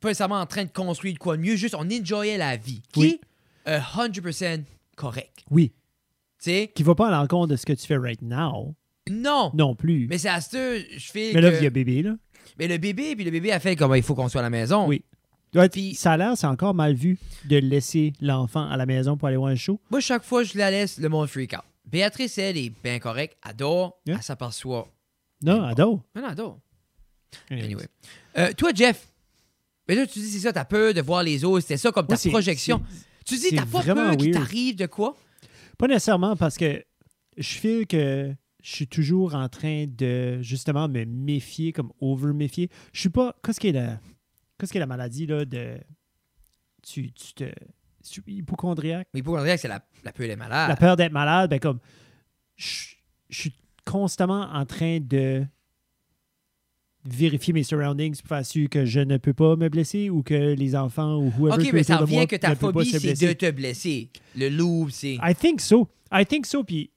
pas nécessairement en train de construire de quoi de mieux. Juste, on enjoyait la vie. Qui Oui. est 100% correct. Oui. Tu sais? Qui va pas à l'encontre de ce que tu fais right now Non. non plus. Mais, Mais c'est à ce je fais là, que- il y a bébé, là. Mais le bébé, puis le bébé a fait comme il faut qu'on soit à la maison. Oui. Ouais, Puis- ça a l'air, c'est encore mal vu de laisser l'enfant à la maison pour aller voir un show. Moi, chaque fois, je la laisse le monde freak out. Béatrice, elle est bien correcte. Adore. Yeah. Elle s'aperçoit. Non, ado. Mais non, adore. Anyway. Euh, toi, Jeff, mais là, tu dis, c'est ça, t'as peur de voir les autres. C'était ça comme ta Moi, c'est- projection. Tu dis, c'est t'as pas vraiment peur qu'il weird. t'arrive de quoi? Pas nécessairement parce que je feel que je suis toujours en train de justement me méfier, comme over-méfier. Je suis pas. Qu'est-ce qui est la. Qu'est-ce qui est la maladie là de. Tu, tu te. tu- hypochondriaque? Mais pour dire que c'est la, la peur des malades. La peur d'être malade, ben comme. Je, je suis constamment en train de vérifier mes surroundings pour faire sûr que je ne peux pas me blesser ou que les enfants ou whoever qui Ok, est mais ça autour de moi revient que ne ta peut pas phobie, se c'est blesser. de te blesser. Le loup, c'est. I think so. I think so. Puis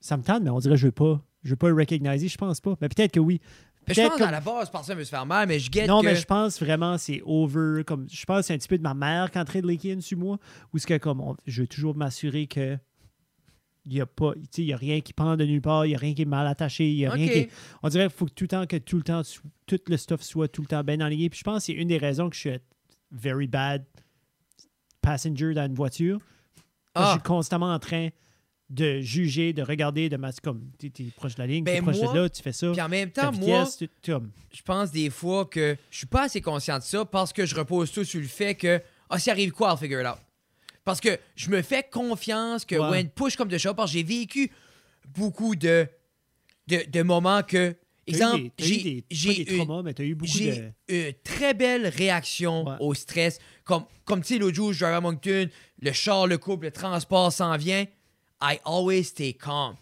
ça me tente, mais on dirait que je veux pas. Je veux pas le recognizer. Je pense pas. Mais peut-être que oui. Mais Je Peut-être pense que- à la base, personne ne veut se faire mal, mais je guette Non, que. mais je pense vraiment c'est over. Comme je pense c'est un petit peu de ma mère qui est en train de licker une sur moi. Ou ce que comme on- je veux toujours m'assurer que il y a pas, tu sais, il y a rien qui pend de nulle part. Il y a rien qui est mal attaché. Il y a rien Ok. qui. est- On dirait qu'il faut que tout le temps que tout le temps tu- tout le stuff soit tout le temps bien enligné. Puis je pense que c'est une des raisons que je suis a very bad passenger dans une voiture. Parce que Ah. Je suis constamment en train de juger, de regarder, de masser comme t'es t'es proche de la ligne, Ben, t'es proche moi, de là, tu fais ça. Puis en même ta temps, moi, vitesse, tu- tu- comme, je pense des fois que je suis pas assez conscient de ça parce que je repose tout sur le fait que, ah, s'il arrive quoi, I'll figure it out. Parce que je me fais confiance que Ouais. when push comme de chat, parce que j'ai vécu beaucoup de, de, de moments que, t'as eu exemple, des- t'as eu j'ai des- j'ai pas des une, traumas, mais t'as eu beaucoup j'ai de. une très belle réaction Ouais. au stress. Comme, comme tu sais, l'autre jour, je drive à Moncton, le char, le couple, le transport s'en vient. I always stay calm.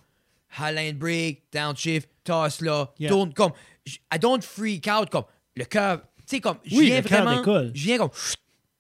Highline break, downshift, toss là, Yeah. tourne comme. j- I don't freak out comme le cœur. Tu sais, comme, je Oui, viens le cœur vraiment. décolle. Je viens comme.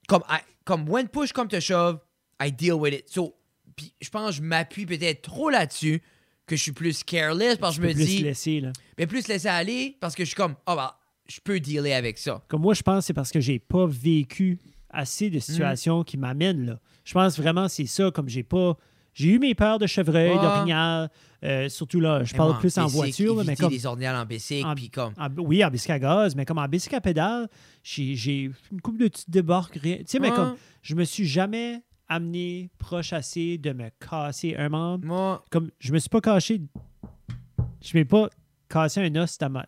Comme, I- comme when push, comme te shove, I deal with it. So, puis je pense que je m'appuie peut-être trop là-dessus que je suis plus careless parce que je me plus dis, laissé, là. mais plus laisser aller parce que je suis comme, ah bah, je peux dealer avec ça. Comme moi, je pense que c'est parce que j'ai pas vécu assez Mmh. de situations qui m'amènent là. Je pense vraiment que c'est ça, comme j'ai pas. J'ai eu mes peurs de chevreuil, Ouais. d'orignal, euh, surtout là, je Ah. Eh ben, Mais parle moi, plus en bicycle, voiture, là, mais éviter comme. les ornières en bicycle, En- puis comme. en- oui, en bicycle à gaz, mais comme en bicycle à pédale, j'ai j'ai une coupe de petites débarques. rien- Tu sais, mais Ouais. comme je me suis jamais amené proche assez de me casser un membre. Moi, Comme je me suis pas caché, je m'ai pas cassé un os dans ma-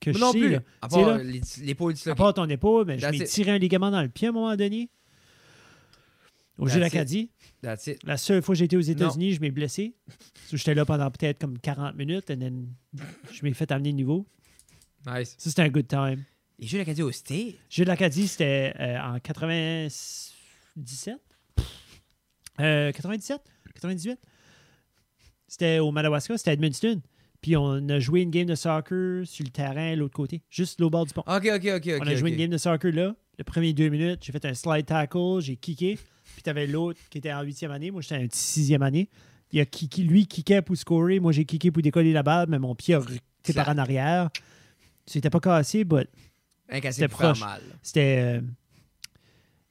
que je non sais, plus. là. À Tu sais, là, part les- l'épaule à disloquée. part ton épaule, mais je That's m'ai it. tiré un ligament dans le pied à un moment donné. Au That's jeu it. d'Acadie, That's it. la seule fois que j'ai été aux États-Unis, je m'ai blessé. So, J'étais là pendant peut-être comme 40 minutes, et je m'ai fait amener niveau. Nice. Ça, c'était un good time. Les Jeux d'Acadie au State. Jeux de l'Acadie, c'était euh, en 97? Euh, 97? 98? C'était au Madawaska, c'était à Edmundston. Puis on a joué une game de soccer sur le terrain, l'autre côté, juste au bord du pont. Ok, ok, ok. ok, on a joué ok. une game de soccer là. Le premier deux minutes, j'ai fait un slide tackle, j'ai kické. Puis t'avais l'autre qui était en huitième année. Moi, j'étais en sixième année. Il a kické, lui, kickait pour scorer. Moi, j'ai kické pour décoller la balle, mais mon pied a été par en arrière. C'était pas cassé, but Un cassé C'était pour faire proche. mal. c'était. euh,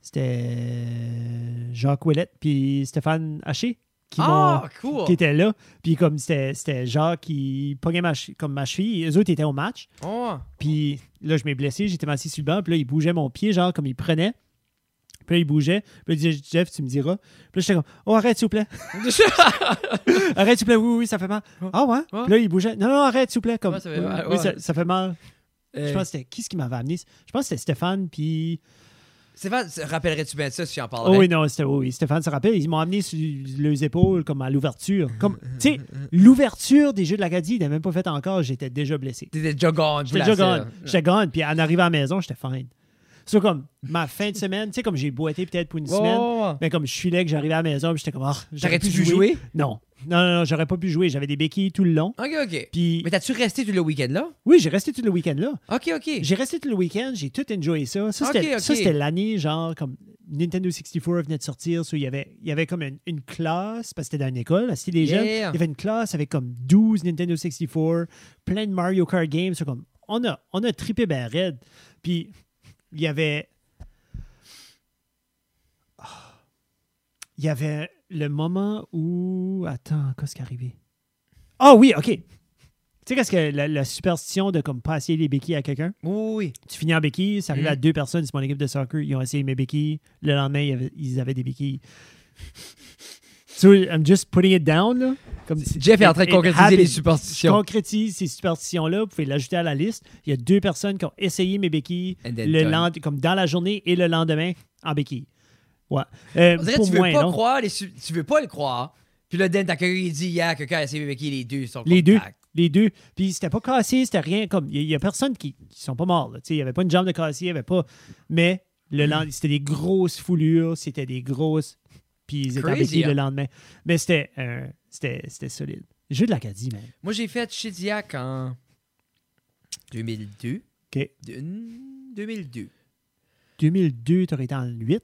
C'était euh, Jacques Ouellette puis Stéphane Haché qui, Ah, m'ont- cool. qui étaient là. Puis comme c'était c'était Jacques qui pognait ma, che- comme ma cheville, eux autres étaient au match. Oh. Puis là, je m'ai blessé, j'étais assis sur le banc, puis là, il bougeait mon pied, genre comme il prenait. Puis là, il bougeait. Puis là, il disait, Jeff, tu me diras. Puis là, j'étais comme, oh, arrête, s'il vous plaît. arrête, s'il vous plaît. Oui, oui, ça fait mal. Ah ouais? Ouais. Puis là, il bougeait. Non, non, arrête, s'il vous plaît. Comme, Hein? Ouais, ça fait mal, Oui, ouais. ça, ça fait mal. Euh, Je pense que c'était qui ce qui m'avait amené? Je pense que c'était Stéphane, puis Stéphane, se- rappellerais-tu bien ça si j'en Oh parlerais? oui, non, c'était, oui, oui, Stéphane se rappelle, ils m'ont amené sur les épaules comme à l'ouverture. Comme, tu sais, l'ouverture des Jeux de l'Acadie, ils n'avaient même pas fait encore, j'étais déjà blessé. T'étais déjà gone. J'étais déjà gone. J'étais gone, puis en arrivant à la maison, j'étais fine. C'est comme ma fin de semaine, tu sais, comme j'ai boité peut-être pour une semaine, mais comme je suis là, que j'arrivais à la maison, puis j'étais comme, ah, j'aurais Oh. T'aurais-tu pu pu jouer? Non. Non, non, non, j'aurais pas pu jouer. J'avais des béquilles tout le long. OK, OK. Puis, Mais t'as-tu resté tout le week-end là? oui, j'ai resté tout le week-end là. OK, OK. J'ai resté tout le week-end, j'ai tout enjoyé ça. Ça, Ok, c'était, ok. ça, c'était l'année, genre, comme Nintendo 64 venait de sortir. so il, y avait, il y avait comme une, une classe, parce que c'était dans une école, c'était des jeunes. Yeah. Il y avait une classe avec comme 12 Nintendo 64, plein de Mario Kart games. so comme, on, a, on a trippé ben raide. Puis, il y avait. Ah. Il y avait le moment où. Attends, qu'est-ce qui est arrivé? Ah oui, OK. Tu sais, qu'est-ce que la, la superstition de comme pas essayer les béquilles à quelqu'un? Oui, oui, tu finis en béquille, ça arrivait Mhm. à deux personnes, c'est mon équipe de soccer, ils ont essayé mes béquilles. Le lendemain, ils avaient, ils avaient des béquilles. So, I'm just putting it down. là. Comme oui. Jeff est en train de It- it concrétiser les happened. Je superstitions. concrétise ces superstitions-là, vous pouvez l'ajouter à la liste. Il y a deux personnes qui ont essayé mes béquilles And then le done. lend- comme dans la journée et le lendemain en béquille. Ouais. Euh, On dirait que pour tu veux moi, pas non. croire, les su- tu veux pas le croire. Puis là, Dan, t'as quelqu'un qui dit, hier, quelqu'un a essayé avec qui les deux sont Les deux. contacts. Les deux. Puis c'était pas cassé, c'était rien. Comme il y, a personne qui, qui sont pas morts. là. Tu sais, Il y avait pas une jambe de cassé, il y avait pas. Mais le lend- c'était des grosses foulures, c'était des grosses. Puis ils étaient Crazy, avec lui hein? le lendemain. Mais c'était, euh, c'était, c'était solide. Jeu de l'Acadie, man. Moi, j'ai fait Chidiac en 2002. OK. De- hmm, 2002. 2002, t'aurais été en 8.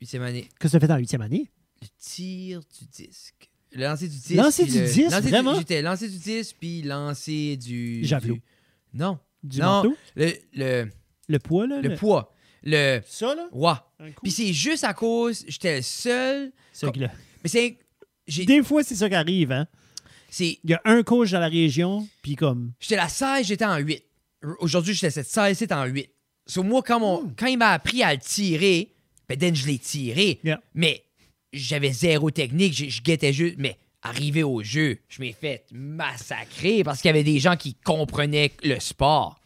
Huitième année. Qu'est-ce que t'as fait en 8e année? Le tir du disque. Le lancer du disque. Lancer puis du le- disque, lancer du- vraiment? J'étais lancer du disque, puis lancer du... Javelot. du- Non. Du Non. marteau? Le, le, Le poids, là? le poids. Le... Ça, là? Ouah. Un coup. Puis c'est juste à cause, j'étais le seul. Ça, que là. Mais c'est... j'ai- Des fois, c'est ça qui arrive, hein? c'est- Il y a un coach dans la région, puis comme. J'étais la 16, j'étais en 8. R- Aujourd'hui, j'étais cette 16, c'était en 8. So, moi, quand, mon, Hmm. quand il m'a appris à le tirer, ben, then, je l'ai tiré. Yeah. Mais j'avais zéro technique, je, je guettais juste. Mais arrivé au jeu, je m'ai fait massacrer parce qu'il y avait des gens qui comprenaient le sport.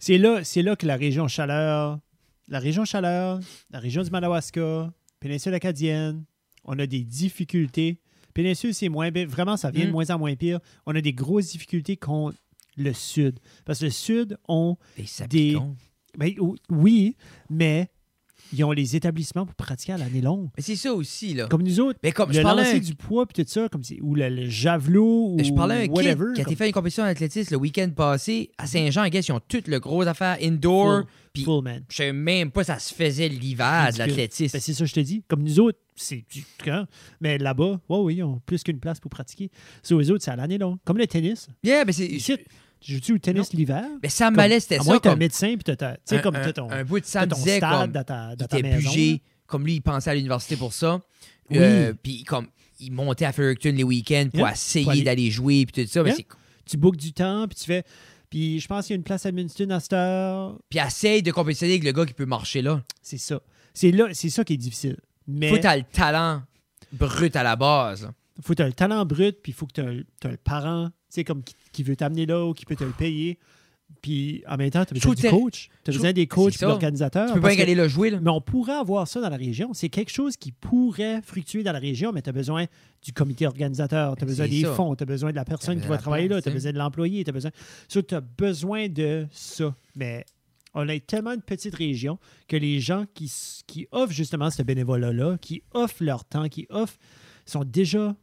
C'est là, c'est là que la région chaleur, la région chaleur, la région du Madawaska, péninsule acadienne, on a des difficultés. Péninsule, c'est moins bi- Vraiment, ça vient Mm. de moins en moins pire. On a des grosses difficultés contre le sud. Parce que le sud ont. Des Des- sapicons. ben, ou- oui, mais ils ont les établissements pour pratiquer à l'année longue. Mais c'est ça aussi, là. Comme nous autres, Ah, Mais comme le je parlais, à lancer un- du poids, puis tout ça, comme c'est- ou le, le javelot, ou je parlais à un kid whatever. qui a comme été fait une compétition d'athlétisme le week-end passé à Saint-Jean. I guess, ils ont toutes le gros affaire indoor. Full. puis- full man. Je sais même pas ça se faisait l'hiver de Ridicule. l'athlétisme. Ben, c'est ça, que je te dis. Comme nous autres, c'est du camp. Mais là-bas, ouais, oui, ils ont plus qu'une place pour pratiquer. Sur les autres, c'est à l'année longue. Comme le tennis. Yeah, mais c'est. Ici, tu joues-tu au tennis l'hiver? Mais Sam Mallet, c'était à ça. moins que t'es un comme médecin, puis t'as ta- tu sais, comme t'as ton, un bout de t'as Sam ton disait stade comme, dans ta, il dans ta était maison. bugé, comme lui, il pensait à l'université pour ça. Oui. Euh, puis comme, il montait à Fredericton les week-ends pour Yeah. essayer Pour aller- d'aller jouer, puis tout ça. mais Yeah. c'est- Tu bookes du temps, puis tu fais... Puis je pense qu'il y a une place à Edmundston à cette heure. Puis essaye de compétitionner avec le gars qui peut marcher là. C'est ça. C'est là, c'est ça qui est difficile. Mais Ah, Faut que t'as le talent brut à la base. là. faut que tu le talent brut, puis il faut que tu as le parent, tu sais, comme qui, qui veut t'amener là ou qui peut te le payer. Puis en même temps, tu as Je besoin trouve du que- coach. Tu as je besoin des trouve- coachs c'est et ça. l'organisateur. Tu peux pas parce rien aller le jouer là. que- Mais on pourrait avoir ça dans la région. C'est quelque chose qui pourrait fructuer dans la région, mais tu as besoin du comité organisateur, tu as Mais besoin c'est des ça. fonds, tu as besoin de la personne besoin qui de va la travailler place, là, tu as tu sais. besoin de l'employé, tu as besoin. tu as besoin de ça. Mais on a tellement une petite région que les gens qui, s- qui offrent justement ce bénévolat-là, qui offrent leur temps, qui offrent, sont déjà,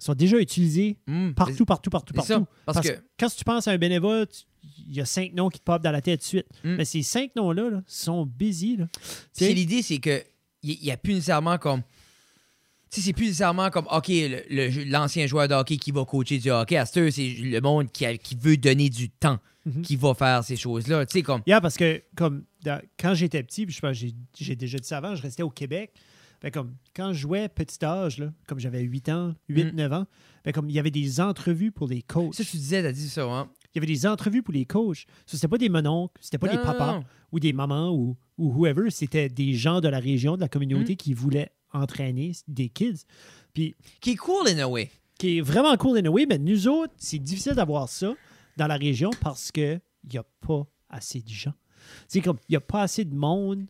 sont déjà utilisés Hmm. Mm. partout, partout, partout, C'est partout. ça. Parce, Parce que, que quand tu penses à un bénévole, tu- il y a cinq noms qui te popent dans la tête de suite. Mm. Mais ces cinq noms-là là, sont busy. Là. c'est sais- l'idée, c'est que il n'y a plus nécessairement comme. Tu sais, c'est plus nécessairement comme, OK, le- le- l'ancien joueur de hockey qui va coacher du hockey. À cette heure, c'est le monde qui, a- qui veut donner du temps, Mhm. qui va faire ces choses-là. Tu sais, comme, Yeah, parce que comme dans- quand j'étais petit, puis je pense que j'ai- j'ai déjà dit ça avant, je restais au Québec. Fait comme quand je jouais petit âge, là, comme j'avais 8 ans, 8, Mm. 9 ans, fait comme il y avait des entrevues pour les coachs. ça, tu disais, t'as dit ça, hein? Il y avait des entrevues pour les coachs. Ce c'était pas des mononcles, c'était pas Non, des non, papas non. ou des mamans ou, ou whoever, c'était des gens de la région, de la Hmm. communauté qui voulaient entraîner des kids. Puis Qui est cool, in a way. qui est vraiment cool anyway, mais nous autres, c'est difficile d'avoir ça dans la région parce que il n'y a pas assez de gens. C'est comme, il n'y a pas assez de monde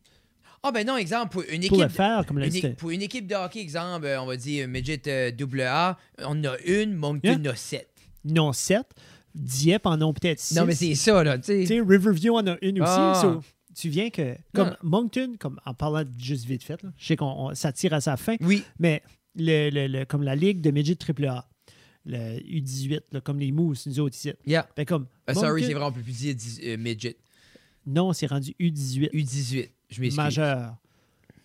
Ah, ben non, exemple, pour une Pour le équipe. faire, comme l'a une é- dit. pour une équipe de hockey, exemple, euh, on va dire euh, midget euh, AA, on en a une, Moncton Hein? en a sept. Non, 7. Dieppe en ont peut-être 6. Non, mais c'est ça, là, tu Tu sais. sais, Riverview en a une aussi. Ah. so, tu viens que. Comme Moncton, comme, en parlant juste vite fait, là, je sais qu'on on- ça tire à sa fin, Oui, mais le, le- le- comme la ligue de midget AAA, le U18, là, comme les Moose, nous autres ici. yeah. Ben, comme. Ah, sorry, Moncton- c'est vrai, on peut plus dire dix- euh, midget. Non, c'est rendu U18, U18, je m'excuse. majeur.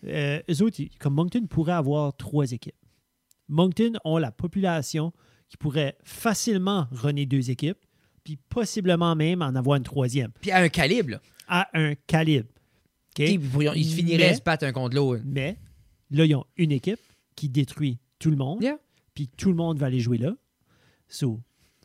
Euh, eux autres, ils- comme Moncton pourrait avoir trois équipes. Moncton ont la population qui pourrait facilement runner deux équipes, puis possiblement même en avoir une troisième, Puis à un calibre, là. à un calibre. OK? Tu sais, ils pourraient- ils finiraient Mais- à se battre un contre l'autre. Mais là, ils ont une équipe qui détruit tout le monde. Yeah. Puis tout le monde va aller jouer là. So,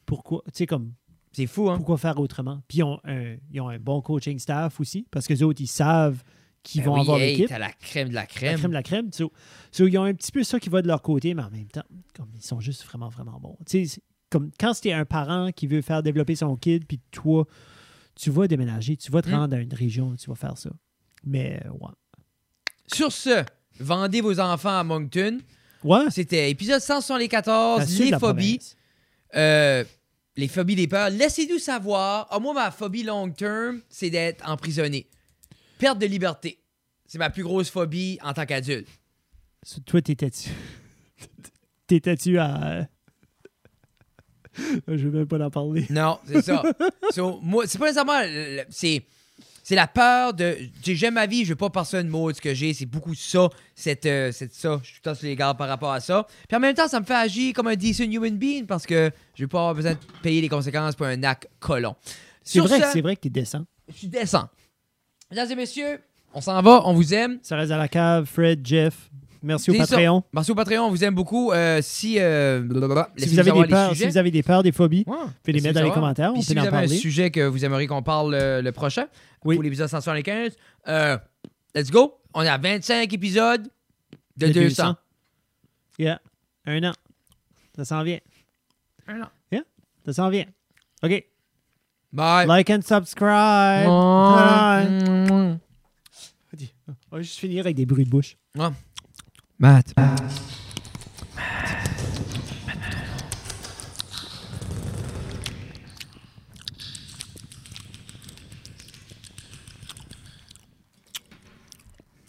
pourquoi, tu sais, comme, C'est fou, hein? pourquoi faire autrement? Puis ils ont, un, ils ont un bon coaching staff aussi, parce que les autres, ils savent qu'ils Ben vont oui, avoir hey, l'équipe. T'as la crème de la crème. La crème, la crème. So, so, ils ont un petit peu ça qui va de leur côté, mais en même temps, comme, ils sont juste vraiment, vraiment bons. Tu sais, c'est comme quand c'était un parent qui veut faire développer son kid, puis toi, tu vas déménager, tu vas te Mm. rendre à une région, tu vas faire ça. Mais, ouais. Sur ce, vendez vos enfants à Moncton. Ouais, C'était épisode la 174, sud de les la phobies. province. Euh, les phobies des peurs. Laissez-nous savoir. Ah, moi, ma phobie long terme, c'est d'être emprisonné. Perte de liberté. C'est ma plus grosse phobie en tant qu'adulte. So, Toi, t'étais-tu. T'étais-tu à. Je vais même pas en parler. Non, c'est ça. So, moi, c'est pas nécessairement. le- le- C'est. C'est la peur de. tu sais, J'aime ma vie, je veux pas passer une mot de ce que j'ai. C'est beaucoup ça, cette, euh, cette- ça. Je suis tout le temps sur les gardes par rapport à ça. Puis en même temps, ça me fait agir comme un decent human being parce que je veux pas avoir besoin de payer les conséquences pour un acte colon. C'est Sur vrai, ce, c'est vrai que t'es décent. je suis décent. Mesdames et messieurs, on s'en va, on vous aime. Ça reste à la cave, Fred, Jeff. Merci au C'est ça. Patreon. Merci au Patreon, on vous aime beaucoup. Euh, si euh, blablabla, Si laissez-nous vous, avez savoir des les peurs, si sujets. vous avez des peurs, des phobies, Ouais. pouvez les Laissez-nous mettre dans les savoir. commentaires. Puis on si peut vous en avez un parler. sujet que vous aimeriez qu'on parle euh, le prochain, Oui. pour l'épisode 175, euh, let's go. On est à 25 épisodes de, De 200. 200. Yeah. Un an. Ça s'en vient. Un an. Yeah. Ça s'en vient. OK. Bye. Like and subscribe. Bye. Mouah. On va juste finir avec des bruits de bouche. Mouah. Matt.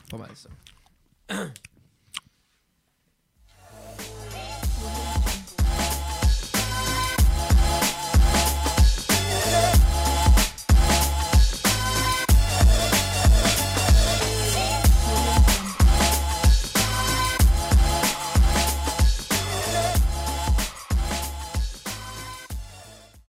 Pas mal ça.